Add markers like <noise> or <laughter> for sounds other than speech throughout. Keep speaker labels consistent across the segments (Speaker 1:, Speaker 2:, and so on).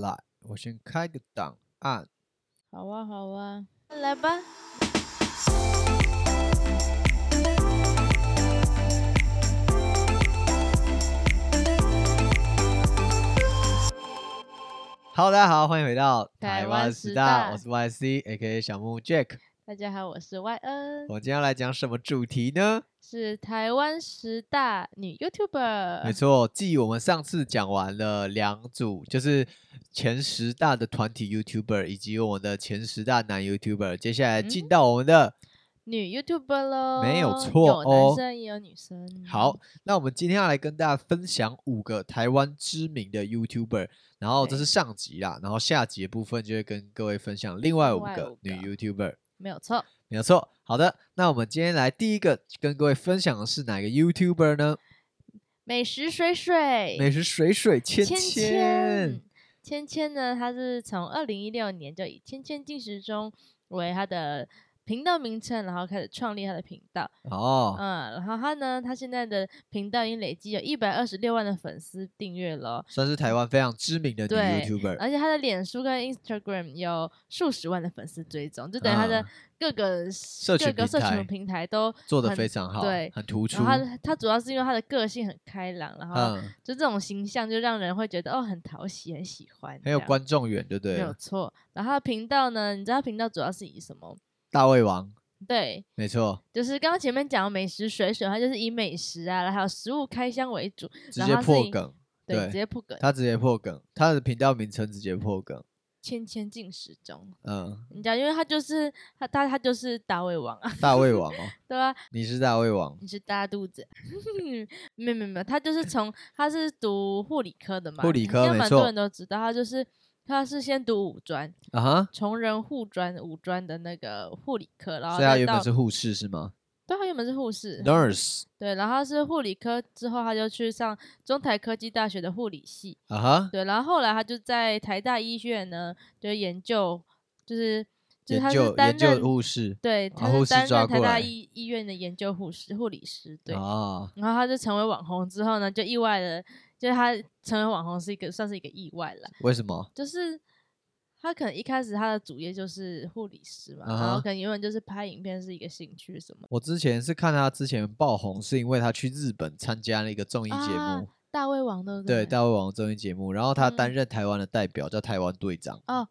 Speaker 1: 来，我先开个档案。
Speaker 2: 好啊，好啊，来吧。
Speaker 1: Hello，大家好，欢迎回到
Speaker 2: 台湾
Speaker 1: 湾
Speaker 2: 时
Speaker 1: 大，
Speaker 2: 代
Speaker 1: 我是 YC，A.K.A 小木 Jack。
Speaker 2: 大家好，我是 Y N，
Speaker 1: 我们今天要来讲什么主题呢？
Speaker 2: 是台湾十大女
Speaker 1: 没
Speaker 2: YouTuber。
Speaker 1: 错，继我们上次讲完了两组，就是前十大的团体 YouTuber 以及我们的前十大男 YouTuber，接下来进
Speaker 2: 嗯
Speaker 1: 到我们的、
Speaker 2: 女 YouTuber 喽，
Speaker 1: 没有错哦
Speaker 2: 有男生也有女生。
Speaker 1: 好，，那我们今天要来跟大家分享五个台湾知名的 YouTuber，然后这
Speaker 2: 对
Speaker 1: 是上集啦，然后下集的部分就会跟各位分享另外
Speaker 2: 另
Speaker 1: 五
Speaker 2: 外
Speaker 1: 个
Speaker 2: 五
Speaker 1: 女
Speaker 2: 个
Speaker 1: YouTuber。
Speaker 2: 没有错，
Speaker 1: 没有错，好的，那我们今天来第一个跟各位分享的是哪个 YouTuber 呢？
Speaker 2: 美食水水，
Speaker 1: 美食水水芊
Speaker 2: 芊
Speaker 1: 芊
Speaker 2: 芊，芊芊呢，她是从二零一六年就以“芊芊进食中”为她的频道名称，然后开始创立她的频道。
Speaker 1: 哦，
Speaker 2: 嗯，然后她呢，她现在的频道已经累积有一百二十六万的粉丝订阅了，
Speaker 1: 算是台湾非常知名的女
Speaker 2: 对
Speaker 1: YouTuber。
Speaker 2: 而且她的脸书跟 Instagram 有数十万的粉丝追踪，就等于她的
Speaker 1: 啊
Speaker 2: 各个
Speaker 1: 社群
Speaker 2: 各个社
Speaker 1: 平台
Speaker 2: 群平台都
Speaker 1: 做的
Speaker 2: 很
Speaker 1: 非常好，
Speaker 2: 对
Speaker 1: 很突
Speaker 2: 然
Speaker 1: 出
Speaker 2: 后。她她主要是因为她的个性很开朗，然后
Speaker 1: 嗯，
Speaker 2: 就这种形象就让人会觉得哦很讨喜，很喜欢，
Speaker 1: 很有
Speaker 2: 这样
Speaker 1: 观众缘，对不
Speaker 2: 啊没
Speaker 1: 对
Speaker 2: 有？错。然后他的频道呢，你知道他频道主要是以什么？
Speaker 1: 大胃王，
Speaker 2: 对，
Speaker 1: 没错，
Speaker 2: 就是刚刚前面讲的美食水水，它就是以美食啊，然后还有食物开箱为主，
Speaker 1: 直
Speaker 2: 然
Speaker 1: 接
Speaker 2: 后他是
Speaker 1: 破
Speaker 2: 以
Speaker 1: 梗，
Speaker 2: 对，
Speaker 1: 对
Speaker 2: 直接不梗，
Speaker 1: 他直接破梗，他的频道名称直接破梗。
Speaker 2: 千千进食中。
Speaker 1: 嗯，
Speaker 2: <laughs> 你讲，因为他就是他他他就是大胃王啊， <laughs>
Speaker 1: 大胃王哦，
Speaker 2: 对吧、
Speaker 1: 你是大胃王，
Speaker 2: 你是大肚子， <laughs> 没有没有没有，他就是从他是读护理科的嘛，
Speaker 1: 护理
Speaker 2: 应
Speaker 1: 科
Speaker 2: 该
Speaker 1: 没
Speaker 2: 蛮
Speaker 1: 错
Speaker 2: 多人都知道，他就是他是先读五专，
Speaker 1: 啊哈，
Speaker 2: 穷人护专五专的那个护理科，然后
Speaker 1: 所以他
Speaker 2: 再
Speaker 1: 原本
Speaker 2: 到
Speaker 1: 是护士是吗
Speaker 2: 对他原本是护士，
Speaker 1: ？Nurse
Speaker 2: 对，然后他是护理科之后，他就去上中台科技大学的护理系。
Speaker 1: 啊哈，
Speaker 2: 对，然后后来他就在台大医学院呢，就研究，就是就
Speaker 1: 研
Speaker 2: 是他
Speaker 1: 究
Speaker 2: 是担
Speaker 1: 研究
Speaker 2: 任
Speaker 1: 护士
Speaker 2: 对，他
Speaker 1: 啊护士
Speaker 2: 是担
Speaker 1: 抓
Speaker 2: 任台
Speaker 1: 过
Speaker 2: 大
Speaker 1: 来
Speaker 2: 医医院的研究护士、护理师。对，
Speaker 1: 啊，
Speaker 2: 然后他就成为网红之后呢，就意外的，就是他成为网红是一个算是一个意外啦，
Speaker 1: 为什么？
Speaker 2: 就是。他可能一开始他的主业就是护理师嘛然
Speaker 1: 啊
Speaker 2: 后
Speaker 1: 哈
Speaker 2: 可能原本就是拍影片是一个兴趣什么。
Speaker 1: 我之前是看他之前爆红，是因为他去日本参加了一个综艺节
Speaker 2: 啊
Speaker 1: 目，
Speaker 2: 大胃王对不
Speaker 1: 对大胃王综艺节目，然后他担
Speaker 2: 嗯
Speaker 1: 任台湾的代表，叫台湾队长。
Speaker 2: 哦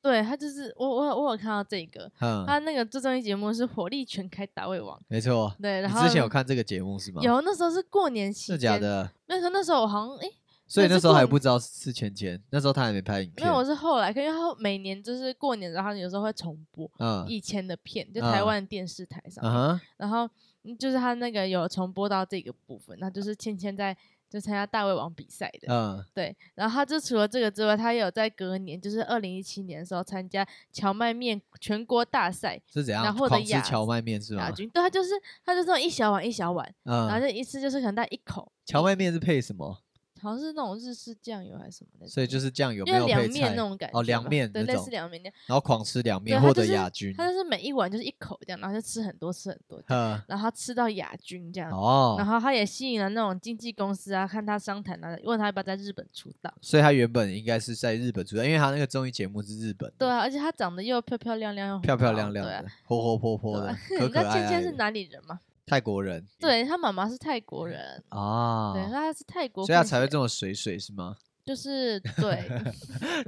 Speaker 2: 对他就是我我有我有看到这个，他
Speaker 1: 嗯，
Speaker 2: 那个最综艺节目是火力全开打胃王，
Speaker 1: 没错。
Speaker 2: 对，
Speaker 1: 你
Speaker 2: 然后
Speaker 1: 之前有看这个节目是吗？，
Speaker 2: 有那时候是过年期
Speaker 1: 是
Speaker 2: 间，
Speaker 1: 假？的。
Speaker 2: 那时候那时候我好像诶，
Speaker 1: 所以那
Speaker 2: 那是
Speaker 1: 时候还
Speaker 2: 过
Speaker 1: 不知道是钱钱，那时候他还没拍影
Speaker 2: 没
Speaker 1: 片 <clears throat>
Speaker 2: 有，。我是后来，因为他每年就是过年，然后有时候会重播
Speaker 1: 嗯
Speaker 2: 以前的片，就
Speaker 1: 嗯
Speaker 2: 台湾电视台上面，
Speaker 1: 啊哈，
Speaker 2: 然后嗯就是他那个有重播到这个部分，那就是芊芊在就参加大胃王比赛的，
Speaker 1: 嗯，
Speaker 2: 对，然后他就除了这个之外，他也有在隔年，就是二零一七年的时候参加荞麦面全国大赛
Speaker 1: 是怎样
Speaker 2: 然后获得
Speaker 1: 狂吃
Speaker 2: 亚
Speaker 1: 荞麦面是
Speaker 2: 亚
Speaker 1: 吗？
Speaker 2: 军，对他就是他就是那种一小碗一小碗，然后
Speaker 1: 嗯，
Speaker 2: 就一次就是可能带一口，
Speaker 1: 荞麦面是配什么？
Speaker 2: 好像是那种日式酱油还是什么的，
Speaker 1: 所以就是酱油没
Speaker 2: 因为
Speaker 1: 有配
Speaker 2: 凉
Speaker 1: 菜
Speaker 2: 面那，种感觉吧，
Speaker 1: 哦凉面
Speaker 2: 对，
Speaker 1: 那
Speaker 2: 类
Speaker 1: 种
Speaker 2: 似凉面那样，
Speaker 1: 然后狂吃两
Speaker 2: 对
Speaker 1: 面
Speaker 2: 他
Speaker 1: 获
Speaker 2: 就
Speaker 1: 得
Speaker 2: 是
Speaker 1: 亚军。
Speaker 2: 他就是每一碗就是一口这样，然后就吃很多吃很多，
Speaker 1: 呵，
Speaker 2: 然后吃到亚军这样。然
Speaker 1: 哦，
Speaker 2: 后他也吸引了那种经纪公司啊，看他商谈啊，问他要不要在日本出道。
Speaker 1: 所以他原本应该是在日本出道，因为他那个综艺节目是日本的，
Speaker 2: 对啊，而且他长得又漂漂亮亮，又很
Speaker 1: 嗯漂漂
Speaker 2: 高
Speaker 1: 亮亮
Speaker 2: 对啊啊
Speaker 1: 的，活活泼泼的，可 <laughs>
Speaker 2: 你知
Speaker 1: 可
Speaker 2: 道
Speaker 1: 爱
Speaker 2: 芊
Speaker 1: 爱
Speaker 2: 芊是
Speaker 1: 的。嗯
Speaker 2: 哪里人吗？
Speaker 1: 泰国人，
Speaker 2: 对，她妈妈是泰国人，
Speaker 1: 啊，
Speaker 2: 对，她是泰国
Speaker 1: 所以
Speaker 2: 混血，
Speaker 1: 他才会这么水水是吗？ <laughs>
Speaker 2: 就是对，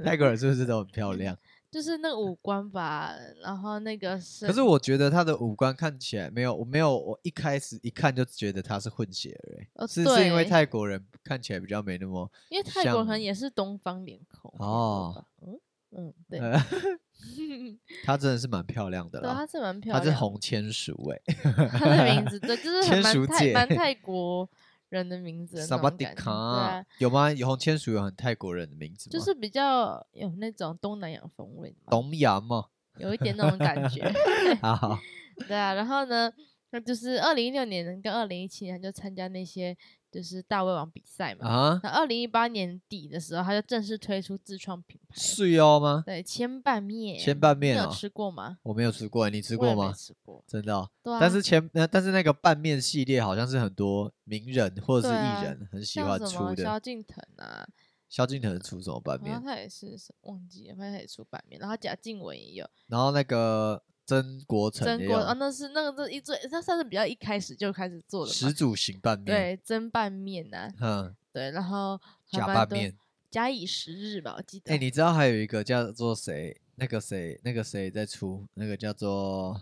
Speaker 1: 泰国人是不是都很漂亮？
Speaker 2: 就是那个五官吧，然后那个是，
Speaker 1: 可是我觉得他的五官看起来没有，我没有，我一开始一看就觉得他是混血儿欸、
Speaker 2: 哦
Speaker 1: 是是因为
Speaker 2: 对
Speaker 1: 泰国人看起来比较没那么
Speaker 2: 因为泰国可能
Speaker 1: 像
Speaker 2: 也是东方脸孔比较
Speaker 1: 哦
Speaker 2: 多吧，嗯嗯，对，
Speaker 1: 呃她真的是蛮漂亮的
Speaker 2: 对，啊她
Speaker 1: 啦。
Speaker 2: 是蛮漂
Speaker 1: 她
Speaker 2: 亮
Speaker 1: 是
Speaker 2: 的，
Speaker 1: 红千鼠哎、
Speaker 2: 她的名字对，
Speaker 1: <laughs>
Speaker 2: 就是
Speaker 1: 千
Speaker 2: 很
Speaker 1: 鼠
Speaker 2: 蛮
Speaker 1: 姐
Speaker 2: 泰蛮泰国人的
Speaker 1: <laughs>
Speaker 2: 名字的
Speaker 1: 萨
Speaker 2: 那
Speaker 1: 巴
Speaker 2: 种
Speaker 1: 迪
Speaker 2: 感觉，
Speaker 1: 卡
Speaker 2: 对啊，
Speaker 1: 有吗？有红千鼠有很泰国人的名字吗？
Speaker 2: 就是比较有那种东南亚风味的嘛，
Speaker 1: 董阳嘛。
Speaker 2: <laughs> 有一点那种感
Speaker 1: <laughs>
Speaker 2: 觉，
Speaker 1: 啊，好
Speaker 2: 对啊，然后呢，那就是二零一六年跟二零一七年就参加那些就是大胃王比赛嘛。
Speaker 1: 啊，
Speaker 2: 那二零一八年底的时候，他就正式推出自创品牌，
Speaker 1: 是腰吗？
Speaker 2: 对，千拌面。
Speaker 1: 千拌面
Speaker 2: 你有
Speaker 1: 哦
Speaker 2: 吃过吗？
Speaker 1: 我没有吃过欸，你吃
Speaker 2: 吃
Speaker 1: 过吗？
Speaker 2: 吃过。
Speaker 1: 真的哦、
Speaker 2: 对啊，
Speaker 1: 但是前呃，但是那个拌面系列好像是很多名人或者是
Speaker 2: 对啊
Speaker 1: 艺人很喜
Speaker 2: 像
Speaker 1: 欢
Speaker 2: 什
Speaker 1: 出
Speaker 2: 么啊
Speaker 1: 的，
Speaker 2: 萧敬腾啊，
Speaker 1: 萧敬腾出什么版
Speaker 2: 然
Speaker 1: 面
Speaker 2: 后？他也是什忘记了，反正他也出版面，然后贾静雯也有，
Speaker 1: 然后那个曾国城
Speaker 2: 曾
Speaker 1: 也
Speaker 2: 国啊，
Speaker 1: 有
Speaker 2: 那是那个是一最，他算是比较一开始就开始做的嘛
Speaker 1: 始，祖行拌面，，
Speaker 2: 对，蒸拌面呐、
Speaker 1: 嗯，
Speaker 2: 对，然后还
Speaker 1: 假
Speaker 2: 蛮
Speaker 1: 拌
Speaker 2: 多
Speaker 1: 面。
Speaker 2: 假以时日吧，我记得。
Speaker 1: 哎、你知道还有一个叫做谁？那个谁？那个谁在出？那个叫做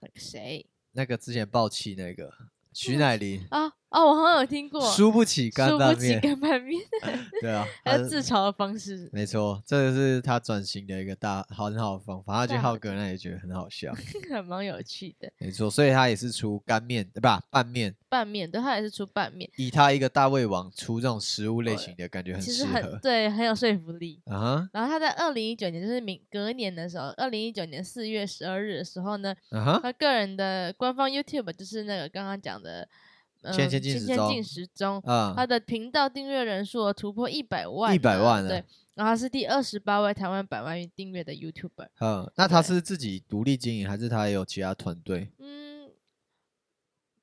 Speaker 2: 那个谁
Speaker 1: 那个之前爆气那个徐
Speaker 2: 爆
Speaker 1: 乃麟，
Speaker 2: 啊？哦，我好像有听过，
Speaker 1: 输不起干
Speaker 2: 输
Speaker 1: 拌
Speaker 2: 不起
Speaker 1: 面，
Speaker 2: 干呃拌
Speaker 1: <laughs>
Speaker 2: 面， <laughs>
Speaker 1: 对啊，
Speaker 2: 还有
Speaker 1: 他
Speaker 2: 自嘲的方式。
Speaker 1: 没错，这个是他转型的一个大好很好的方法。他去
Speaker 2: 大
Speaker 1: 浩
Speaker 2: 好
Speaker 1: 哥那里觉得很好笑，
Speaker 2: <laughs> 还蛮有趣的。
Speaker 1: 没错，所以他也是出干面，对吧？拌面，
Speaker 2: 拌面，对，他也是出拌面，
Speaker 1: 以他一个大胃王出这种食物类
Speaker 2: 对
Speaker 1: 型的感觉很
Speaker 2: 其实
Speaker 1: 适
Speaker 2: 很
Speaker 1: 合
Speaker 2: 对，很有说服力。
Speaker 1: 啊哈
Speaker 2: 然后他在二零一九年，就是明隔年的时候，二零一九年四月十二日的时候呢，
Speaker 1: 啊哈，
Speaker 2: 他个人的官方 YouTube 就是那个刚刚讲的，嗯，
Speaker 1: 千千进十
Speaker 2: 千千
Speaker 1: 中
Speaker 2: 进十中，他
Speaker 1: 啊，
Speaker 2: 的频道订阅人数哦突破一百万啊，
Speaker 1: 100万了
Speaker 2: 对，然后他是第二十八位台湾百万订阅的 YouTuber。
Speaker 1: 嗯，那他
Speaker 2: 对
Speaker 1: 是自己独立经营，还是他有其他团队？
Speaker 2: 嗯，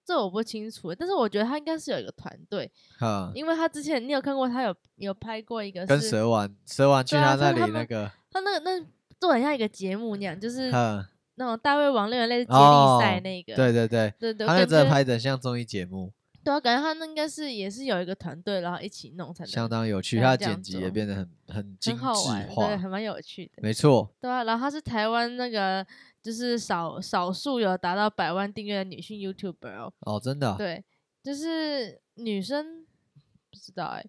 Speaker 2: 这我不清楚，但是我觉得他应该是有一个团队，
Speaker 1: 哈，
Speaker 2: 因为他之前你有看过他有有拍过一个
Speaker 1: 跟
Speaker 2: 是
Speaker 1: 蛇丸，蛇丸去
Speaker 2: 对
Speaker 1: 他
Speaker 2: 啊
Speaker 1: 那
Speaker 2: 就是他
Speaker 1: 里那
Speaker 2: 们
Speaker 1: 个，
Speaker 2: 他那个那做很像一个节目那样，就是
Speaker 1: 嗯，
Speaker 2: 那种大胃王类人类接
Speaker 1: 哦
Speaker 2: 力赛那个。
Speaker 1: 对对对，
Speaker 2: 对对，
Speaker 1: 他那
Speaker 2: 感
Speaker 1: 个真的
Speaker 2: 觉
Speaker 1: 拍的像综艺节目，
Speaker 2: 对啊，感觉他那应该是也是有一个团队，然后一起弄才能
Speaker 1: 相当有趣，
Speaker 2: 对
Speaker 1: 他的
Speaker 2: 这样
Speaker 1: 剪辑也
Speaker 2: 做
Speaker 1: 变得很很精
Speaker 2: 很
Speaker 1: 致
Speaker 2: 好玩，对，
Speaker 1: 化，
Speaker 2: 还蛮有趣的。
Speaker 1: 没错，
Speaker 2: 对啊，然后他是台湾那个就是少少数有达到百万订阅的女性 YouTuber 哦，
Speaker 1: 哦，真的啊，
Speaker 2: 对，就是女生不知道哎、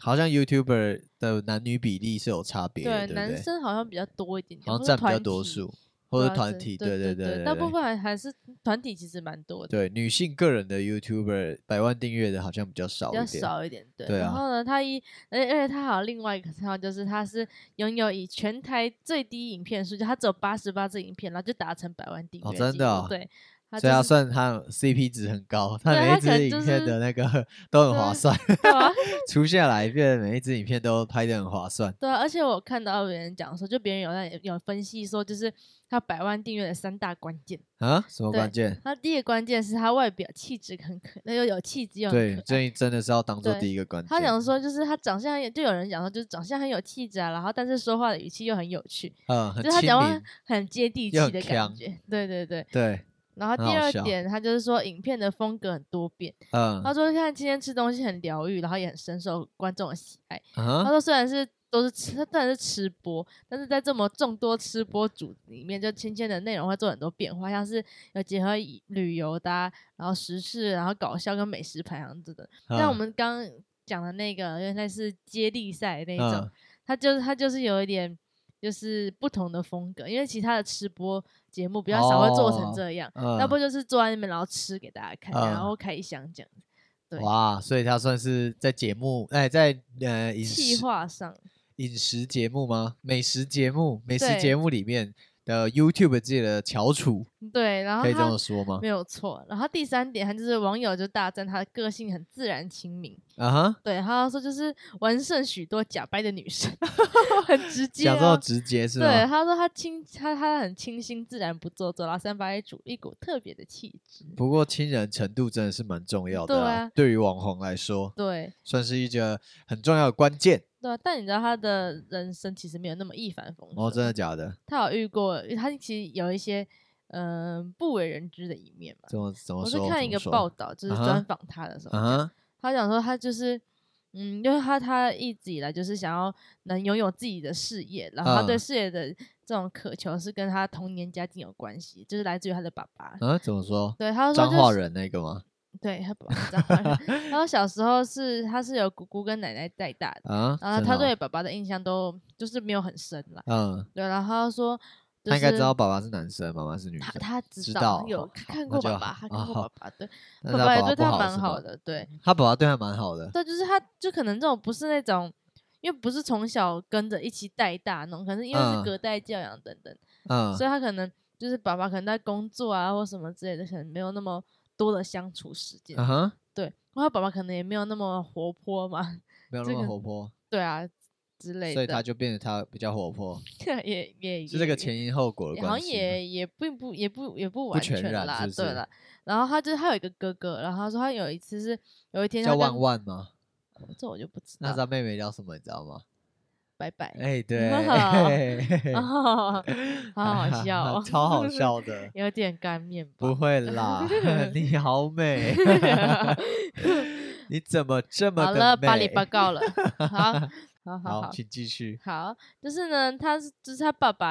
Speaker 1: 好像 YouTuber 的男女比例是有差别的，对不
Speaker 2: 男
Speaker 1: 对？
Speaker 2: 生好像比较多一点点，
Speaker 1: 好像
Speaker 2: 或是
Speaker 1: 占比较
Speaker 2: 团
Speaker 1: 多
Speaker 2: 体，
Speaker 1: 数，或
Speaker 2: 对
Speaker 1: 者
Speaker 2: 啊
Speaker 1: 团
Speaker 2: 是
Speaker 1: 体，
Speaker 2: 对
Speaker 1: 对
Speaker 2: 对
Speaker 1: 对，
Speaker 2: 大部分还还是团体其实蛮多的，
Speaker 1: 对女性个人的 YouTuber 百万订阅的好像比较少
Speaker 2: 比较
Speaker 1: 一点，
Speaker 2: 少一点，对。
Speaker 1: 对
Speaker 2: 然
Speaker 1: 啊
Speaker 2: 后呢，他一而且而且他还有另外一个称号，就是他是拥有以全台最低影片数，就他只有八十八支影片，然后就达成百万订
Speaker 1: 哦
Speaker 2: 阅记录、
Speaker 1: 真的哦
Speaker 2: 对。他
Speaker 1: 所以他
Speaker 2: 就是
Speaker 1: 算他 CP 值很高，他
Speaker 2: 对
Speaker 1: 每
Speaker 2: 他
Speaker 1: 一
Speaker 2: 可能
Speaker 1: 支
Speaker 2: 就
Speaker 1: 影片
Speaker 2: 是
Speaker 1: 的那个 <laughs> 都很划
Speaker 2: 对
Speaker 1: 算，
Speaker 2: 对啊
Speaker 1: 出下来变每一支影片都拍的很划算，
Speaker 2: 对啊，而且我看到别人讲说，就别人有在有分析说，就是他百万订阅的三大关键。
Speaker 1: 啊，什么
Speaker 2: 对
Speaker 1: 关键？
Speaker 2: 他第一个关键是他外表气质很可，那又有气质又很
Speaker 1: 对
Speaker 2: 可，爱。
Speaker 1: 这真的是要当做
Speaker 2: 对
Speaker 1: 第一个关键。
Speaker 2: 他讲说，就是他长相很有，就有人讲说，就是长相很有气质啊，然后但是说话的语气又很有趣，
Speaker 1: 嗯，很
Speaker 2: 就是他
Speaker 1: 亲
Speaker 2: 讲话
Speaker 1: 民，
Speaker 2: 很接地气
Speaker 1: 又很
Speaker 2: 的感
Speaker 1: 强
Speaker 2: 觉。对对对。
Speaker 1: 对，
Speaker 2: 然后
Speaker 1: 很
Speaker 2: 第
Speaker 1: 好
Speaker 2: 二
Speaker 1: 笑
Speaker 2: 点，他就是说影片的风格很多变。
Speaker 1: 嗯，
Speaker 2: 他说看今天吃东西很疗愈，然后也很深受观众的喜爱。他
Speaker 1: 啊，
Speaker 2: 说虽然是都是吃，他虽然是吃播，但是在这么众多吃播组里面，就芊芊的内容会做很多变化，像是有结合以旅游的啊、然后时事，然后搞笑跟美食排行这种。像我
Speaker 1: 嗯
Speaker 2: 们刚刚讲的那个，原来是接力赛那一种
Speaker 1: 嗯，
Speaker 2: 他就是他就是有一点。就是不同的风格，因为其他的吃播节目比较少会做
Speaker 1: 哦
Speaker 2: 成这样，
Speaker 1: 嗯
Speaker 2: 要不就是坐在那边然后吃给大家看，然
Speaker 1: 嗯
Speaker 2: 后开箱这样子。对
Speaker 1: 哇，所以他算是在节目，哎，在呃饮
Speaker 2: 气
Speaker 1: 食
Speaker 2: 化上，
Speaker 1: 饮食节目吗？美食节目，美食
Speaker 2: 对
Speaker 1: 节目里面的 YouTube 界的翘楚，
Speaker 2: 对，然后
Speaker 1: 可以这
Speaker 2: 他
Speaker 1: 么说吗
Speaker 2: 没？有错。然后第三点，他就是网友就大赞他的个性很自然亲民，
Speaker 1: 啊哈，
Speaker 2: 对，他说就是完胜许多假掰的女生， <laughs> 很直接、
Speaker 1: 讲这么
Speaker 2: 啊。
Speaker 1: 直接是
Speaker 2: 对，
Speaker 1: 吗？
Speaker 2: 他说他清他他很清新自然不做作，然后三八一主一股特别的气质。
Speaker 1: 不过亲人程度真的是蛮重要的
Speaker 2: 对
Speaker 1: 啦
Speaker 2: 啊，
Speaker 1: 对于网红来说，
Speaker 2: 对
Speaker 1: 算是一个很重要的关键。
Speaker 2: 对啊，但你知道他的人生其实没有那么一帆风顺。
Speaker 1: 哦，真的假的？
Speaker 2: 他有遇过，他其实有一些嗯、呃不为人知的一面嘛。
Speaker 1: 怎么怎么
Speaker 2: 我是
Speaker 1: 说？
Speaker 2: 看
Speaker 1: 怎
Speaker 2: 一
Speaker 1: 么
Speaker 2: 个
Speaker 1: 说
Speaker 2: 报道，就是
Speaker 1: 啊哈
Speaker 2: 专访他的时候
Speaker 1: 啊
Speaker 2: 讲，
Speaker 1: 哈，
Speaker 2: 他讲说他就是，嗯，因为他他一直以来就是想要能拥有自己的事业，然后他对
Speaker 1: 嗯
Speaker 2: 事业的这种渴求是跟他童年家境有关系，就是来自于他的爸爸。
Speaker 1: 啊，怎么说？
Speaker 2: 对，他就说
Speaker 1: 彰化
Speaker 2: 就是
Speaker 1: 人那个吗？
Speaker 2: 对他爸爸彰化
Speaker 1: <laughs>
Speaker 2: 人，然后小时候是他是有姑姑跟奶奶带大的，
Speaker 1: 啊，
Speaker 2: 然后
Speaker 1: 真
Speaker 2: 他
Speaker 1: 的哦
Speaker 2: 对爸爸的印象都就是没有很深啦。
Speaker 1: 嗯，
Speaker 2: 对，然后他说、就是，
Speaker 1: 他应该知道爸爸是男生，妈妈是女
Speaker 2: 他
Speaker 1: 生，
Speaker 2: 他
Speaker 1: 知
Speaker 2: 知
Speaker 1: 道
Speaker 2: 有
Speaker 1: 好好
Speaker 2: 看
Speaker 1: 那
Speaker 2: 过
Speaker 1: 就
Speaker 2: 爸爸，
Speaker 1: 好
Speaker 2: 他看
Speaker 1: 啊
Speaker 2: 过
Speaker 1: 好
Speaker 2: 爸爸，对，
Speaker 1: 但
Speaker 2: 爸
Speaker 1: 是他
Speaker 2: 爸也
Speaker 1: 爸
Speaker 2: 对
Speaker 1: 不
Speaker 2: 他
Speaker 1: 好
Speaker 2: 蛮
Speaker 1: 是吗
Speaker 2: 好的，对。
Speaker 1: 他爸爸对他蛮好的，
Speaker 2: 对，就是他，就可能这种不是那种，因为不是从小跟着一起带大那种，可能因为
Speaker 1: 嗯
Speaker 2: 是隔代教养等等，
Speaker 1: 嗯
Speaker 2: 所以他可能就是爸爸可能在工作啊或什么之类的，可能没有那么多的相处时间。
Speaker 1: 啊哈，
Speaker 2: 对，然后他爸爸可能也没有那么活泼嘛，
Speaker 1: 没有那
Speaker 2: 这
Speaker 1: 么
Speaker 2: 个
Speaker 1: 活泼，
Speaker 2: 对啊之类的，
Speaker 1: 所以他就变得他比较活泼，
Speaker 2: <laughs> 也也
Speaker 1: 是这
Speaker 2: 也
Speaker 1: 个前因后果的
Speaker 2: 也好
Speaker 1: 关
Speaker 2: 像
Speaker 1: 系吗。
Speaker 2: 也也并不也不也不完
Speaker 1: 全然
Speaker 2: 啦，
Speaker 1: 是不
Speaker 2: 对
Speaker 1: 是
Speaker 2: 了。然后他就是他有一个哥哥，然后他说他有一次是有一天他
Speaker 1: 叫
Speaker 2: 跟
Speaker 1: 万万吗？
Speaker 2: 这我就不知
Speaker 1: 那
Speaker 2: 道。
Speaker 1: 张妹妹聊什么你知道吗？
Speaker 2: 拜拜。
Speaker 1: 哎，
Speaker 2: <laughs>
Speaker 1: 对，，
Speaker 2: 哦，好好笑、哦
Speaker 1: <laughs> 超好，笑的。
Speaker 2: <laughs> 有点干面吧
Speaker 1: 不？会
Speaker 2: <laughs>
Speaker 1: 啦，你好美，你怎么这么
Speaker 2: 好
Speaker 1: 的
Speaker 2: 了，
Speaker 1: 美
Speaker 2: 巴里巴
Speaker 1: <laughs>
Speaker 2: 告了，好，好好
Speaker 1: 好，
Speaker 2: 好
Speaker 1: 请继续。
Speaker 2: 好，就是呢，他是就是他爸爸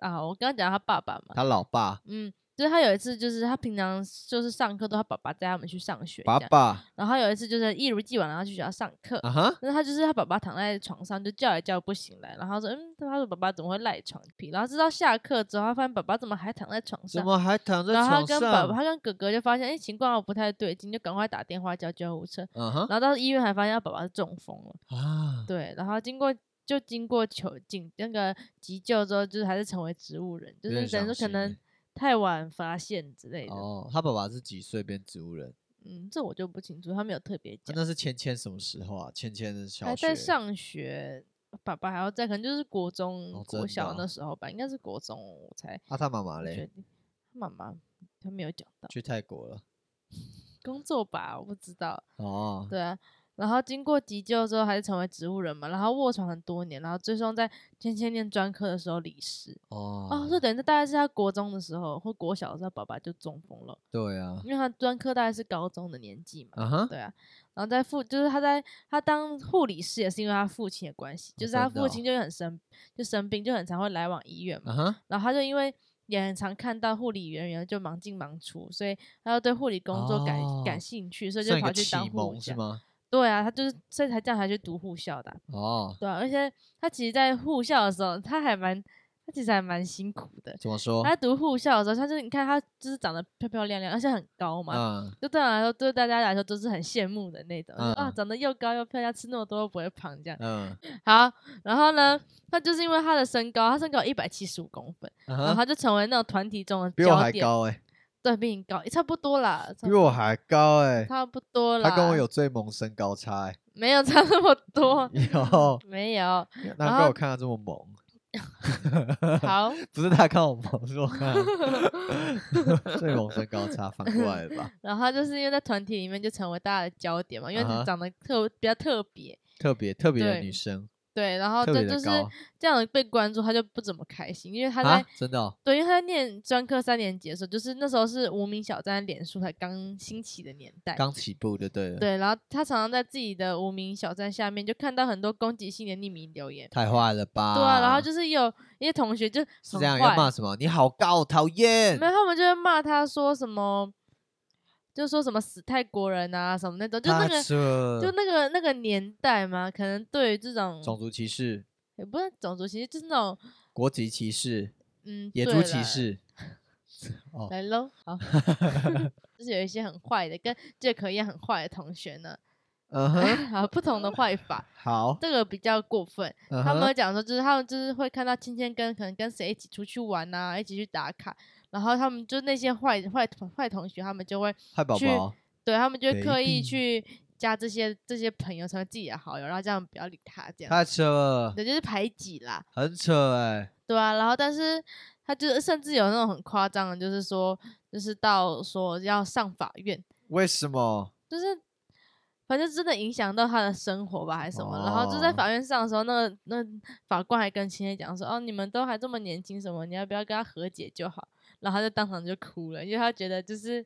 Speaker 2: 啊，我刚刚讲他爸爸嘛，
Speaker 1: 他老爸，
Speaker 2: 嗯，就是他有一次就是他平常就是上课都他爸爸带他们去上学，
Speaker 1: 爸，爸
Speaker 2: 然后他有一次就是一如既往然后去学校上课，
Speaker 1: 啊哈，
Speaker 2: 但是他就是他爸爸躺在床上就叫也叫不醒来，然后说嗯，他说爸爸怎么会赖床皮？然后直到下课之后，他发现爸爸怎么还躺在床
Speaker 1: 怎
Speaker 2: 上。
Speaker 1: 么还躺在
Speaker 2: 然后他
Speaker 1: 床
Speaker 2: 跟爸爸，
Speaker 1: 上？
Speaker 2: 他跟哥哥就发现，哎，情况不太对劲，就赶快打电话叫救护车。
Speaker 1: 嗯哼
Speaker 2: 然后到医院还发现他爸爸是中风了，
Speaker 1: 啊，
Speaker 2: 对。然后经过就经过求警那个急救之后，就是还是成为植物人，就
Speaker 1: 有点
Speaker 2: 是等
Speaker 1: 伤
Speaker 2: 于说可
Speaker 1: 心
Speaker 2: 能
Speaker 1: 欸
Speaker 2: 太晚发现之类的。
Speaker 1: 哦，他爸爸是几岁变植物人？
Speaker 2: 嗯，这我就不清楚，他没有特别
Speaker 1: 啊
Speaker 2: 讲。
Speaker 1: 那是芊芊什么时候啊？芊芊的小
Speaker 2: 还
Speaker 1: 学
Speaker 2: 在上学，爸爸还要在，可能就是国中、
Speaker 1: 哦真
Speaker 2: 国
Speaker 1: 的
Speaker 2: 小
Speaker 1: 啊
Speaker 2: 那时候吧，应该是国中我才
Speaker 1: 啊，他妈妈
Speaker 2: 决
Speaker 1: 嘞
Speaker 2: 定。妈妈他没有讲到
Speaker 1: 去泰国了
Speaker 2: 工作吧，我不知道。
Speaker 1: 哦，
Speaker 2: 对啊，然后经过急救之后，还是成为植物人嘛，然后卧床很多年，然后最终在芊芊念专科的时候离世。哦，
Speaker 1: 哦
Speaker 2: 所以等于大概是他国中的时候或国小的时候，爸爸就中风了，
Speaker 1: 对啊，
Speaker 2: 因为他专科大概是高中的年纪嘛。
Speaker 1: 啊哈，
Speaker 2: 对啊，然后在父就是他在他当护理师也是因为他父亲的关系，就是
Speaker 1: 真
Speaker 2: 他
Speaker 1: 的
Speaker 2: 父
Speaker 1: 哦
Speaker 2: 亲就很生就生病，就很常会来往医院嘛
Speaker 1: 啊。哈，
Speaker 2: 然后他就因为也很常看到护理人员就忙进忙出，所以他就对护理工作感、感
Speaker 1: 哦
Speaker 2: 兴趣，所以就
Speaker 1: 算一
Speaker 2: 跑
Speaker 1: 个
Speaker 2: 去
Speaker 1: 启
Speaker 2: 当护
Speaker 1: 蒙是
Speaker 2: 家。
Speaker 1: 吗？
Speaker 2: 对啊，他就是所以才这样才去读护校的啊、
Speaker 1: 哦，
Speaker 2: 对啊、而且他其实，在护校的时候，他还蛮他其实还蛮辛苦的。
Speaker 1: 怎么说？
Speaker 2: <laughs> 他读护校的时候，他就是你看他就是长得漂漂亮亮，而且很高嘛，
Speaker 1: 嗯，
Speaker 2: 就对我来说，对大家来说都是很羡慕的那种，就啊，
Speaker 1: 嗯
Speaker 2: 长得又高又漂亮，吃那么多又不会胖这样。
Speaker 1: 嗯，
Speaker 2: 好，然后呢，他就是因为他的身高，他身高一百七十五公分，
Speaker 1: 啊
Speaker 2: 然后
Speaker 1: 哈，
Speaker 2: 他就成为那种团体中的
Speaker 1: 比我
Speaker 2: 焦
Speaker 1: 还
Speaker 2: 点，
Speaker 1: 高哎，
Speaker 2: 对，比你高，也差不多啦，差
Speaker 1: 比我还高哎，
Speaker 2: 差不多啦，
Speaker 1: 他跟我有嗯最萌身高差
Speaker 2: <laughs>
Speaker 1: 哎，？
Speaker 2: 没有差那么多
Speaker 1: 有，
Speaker 2: <laughs> 没有，然
Speaker 1: 难
Speaker 2: 后
Speaker 1: 怪我看他这么萌。
Speaker 2: <laughs>
Speaker 1: <laughs>
Speaker 2: 好，
Speaker 1: 不是他看我萌，是我看
Speaker 2: <laughs>
Speaker 1: 他最萌身高差，反过来了吧？
Speaker 2: 然后他就是因为在团体里面就成为大家的焦点嘛，因为
Speaker 1: 啊哈
Speaker 2: 长得特比较特别，
Speaker 1: 特别特别的
Speaker 2: 对哦
Speaker 1: 女生，
Speaker 2: 对，然后
Speaker 1: 特
Speaker 2: 这
Speaker 1: 别
Speaker 2: 就
Speaker 1: 的
Speaker 2: 是
Speaker 1: 高
Speaker 2: 这样被关注，他就不怎么开心，因为他在、
Speaker 1: 啊，真的哦
Speaker 2: 对，因为他在念专科三年级的时候，就是那时候是无名小站、脸书才刚兴起的年代。
Speaker 1: 刚起步就对了，，
Speaker 2: 对，然后他常常在自己的无名小站下面就看到很多攻击性的匿名留言。
Speaker 1: 太坏了吧？
Speaker 2: 对啊，然后就是有一些同学就是很
Speaker 1: 这样
Speaker 2: 坏
Speaker 1: 要骂什么？你好高，讨厌
Speaker 2: 没！有，他们就会骂他说什么，就说什么死泰国人啊什么那种，就那
Speaker 1: 他
Speaker 2: 个
Speaker 1: 这
Speaker 2: 就那个那个年代嘛，可能对于这种
Speaker 1: 种族歧视、
Speaker 2: 也不是种族歧视，就是那种
Speaker 1: 国籍歧视、
Speaker 2: 嗯
Speaker 1: 野
Speaker 2: 对
Speaker 1: 猪歧
Speaker 2: 啦
Speaker 1: 视，哦
Speaker 2: 来喽，
Speaker 1: <laughs>
Speaker 2: 好， <laughs> 就是有一些很坏的，跟杰克一样很坏的同学呢，
Speaker 1: <laughs> 嗯哼，
Speaker 2: 啊，不同的坏法，
Speaker 1: 好，
Speaker 2: 这个比较过分。
Speaker 1: 嗯
Speaker 2: 他们
Speaker 1: 哼
Speaker 2: 会讲说，就是他们就是会看到芊芊跟可能跟谁一起出去玩啊，一起去打卡，然后他们就那些坏坏坏同学，他们就会
Speaker 1: 坏宝
Speaker 2: 去
Speaker 1: 宝，
Speaker 2: 对他们就会刻
Speaker 1: Baby
Speaker 2: 意去加这些这些朋友成为自己的好友，然后这样不要理他，这样
Speaker 1: 太扯了，
Speaker 2: 对，就是排挤啦。
Speaker 1: 很扯哎，
Speaker 2: 对啊，然后但是他就是甚至有那种很夸张的，就是说，就是到说要上法院，
Speaker 1: 为什么？
Speaker 2: 就是反正真的影响到他的生活吧，还是什么。然后就在
Speaker 1: 哦
Speaker 2: 法院上的时候，那个那法官还跟青叶讲说：“哦，你们都还这么年轻，什么你要不要跟他和解就好？”然后他就当场就哭了，因为他觉得就是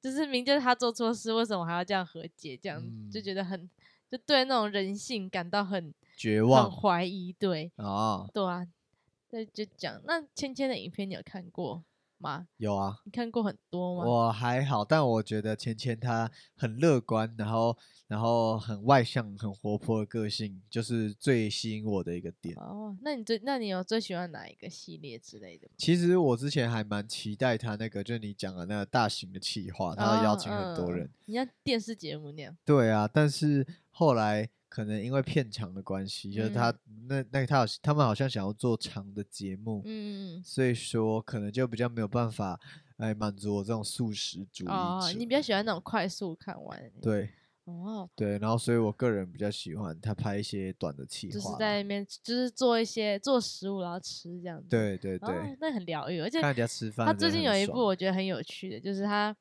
Speaker 2: 就是明就是他做错事，为什么还要这样和解？这样、就
Speaker 1: 嗯
Speaker 2: 觉得很就对那种人性感到很
Speaker 1: 绝
Speaker 2: 很
Speaker 1: 望
Speaker 2: 怀疑，对。
Speaker 1: 哦，
Speaker 2: 对啊，那就讲那芊芊的影片你有看过吗？
Speaker 1: 有啊，
Speaker 2: 你看过很多吗？
Speaker 1: 我还好，但我觉得芊芊她很乐观，然后然后很外向、很活泼的个性，就是最吸引我的一个点。
Speaker 2: 哦，那你最那你有最喜欢哪一个系列之类的吗？
Speaker 1: 其实我之前还蛮期待她那个，就是你讲的那个大型的企划，她要邀
Speaker 2: 哦
Speaker 1: 请很多人。
Speaker 2: 嗯你像电视节目那样，
Speaker 1: 对啊，但是后来可能因为片长的关系，就是她那那她好他们好像想要做长的节目，
Speaker 2: 嗯嗯
Speaker 1: 所以说可能就比较没有办法哎满足我这种素食主
Speaker 2: 嗯，
Speaker 1: 义
Speaker 2: 哦，
Speaker 1: 者。
Speaker 2: 你比较喜欢那种快速看完的那种，
Speaker 1: 对。
Speaker 2: 哦，
Speaker 1: 对，然后所以我个人比较喜欢他拍一些短的企划
Speaker 2: 就
Speaker 1: 啦，
Speaker 2: 是在那边就是做一些做食物然后吃这样子，，
Speaker 1: 对对对，
Speaker 2: 哦，那很疗愈，而且
Speaker 1: 看人家吃饭
Speaker 2: 他
Speaker 1: 真的很爽。
Speaker 2: 最近有一部我觉得很有趣的，就是他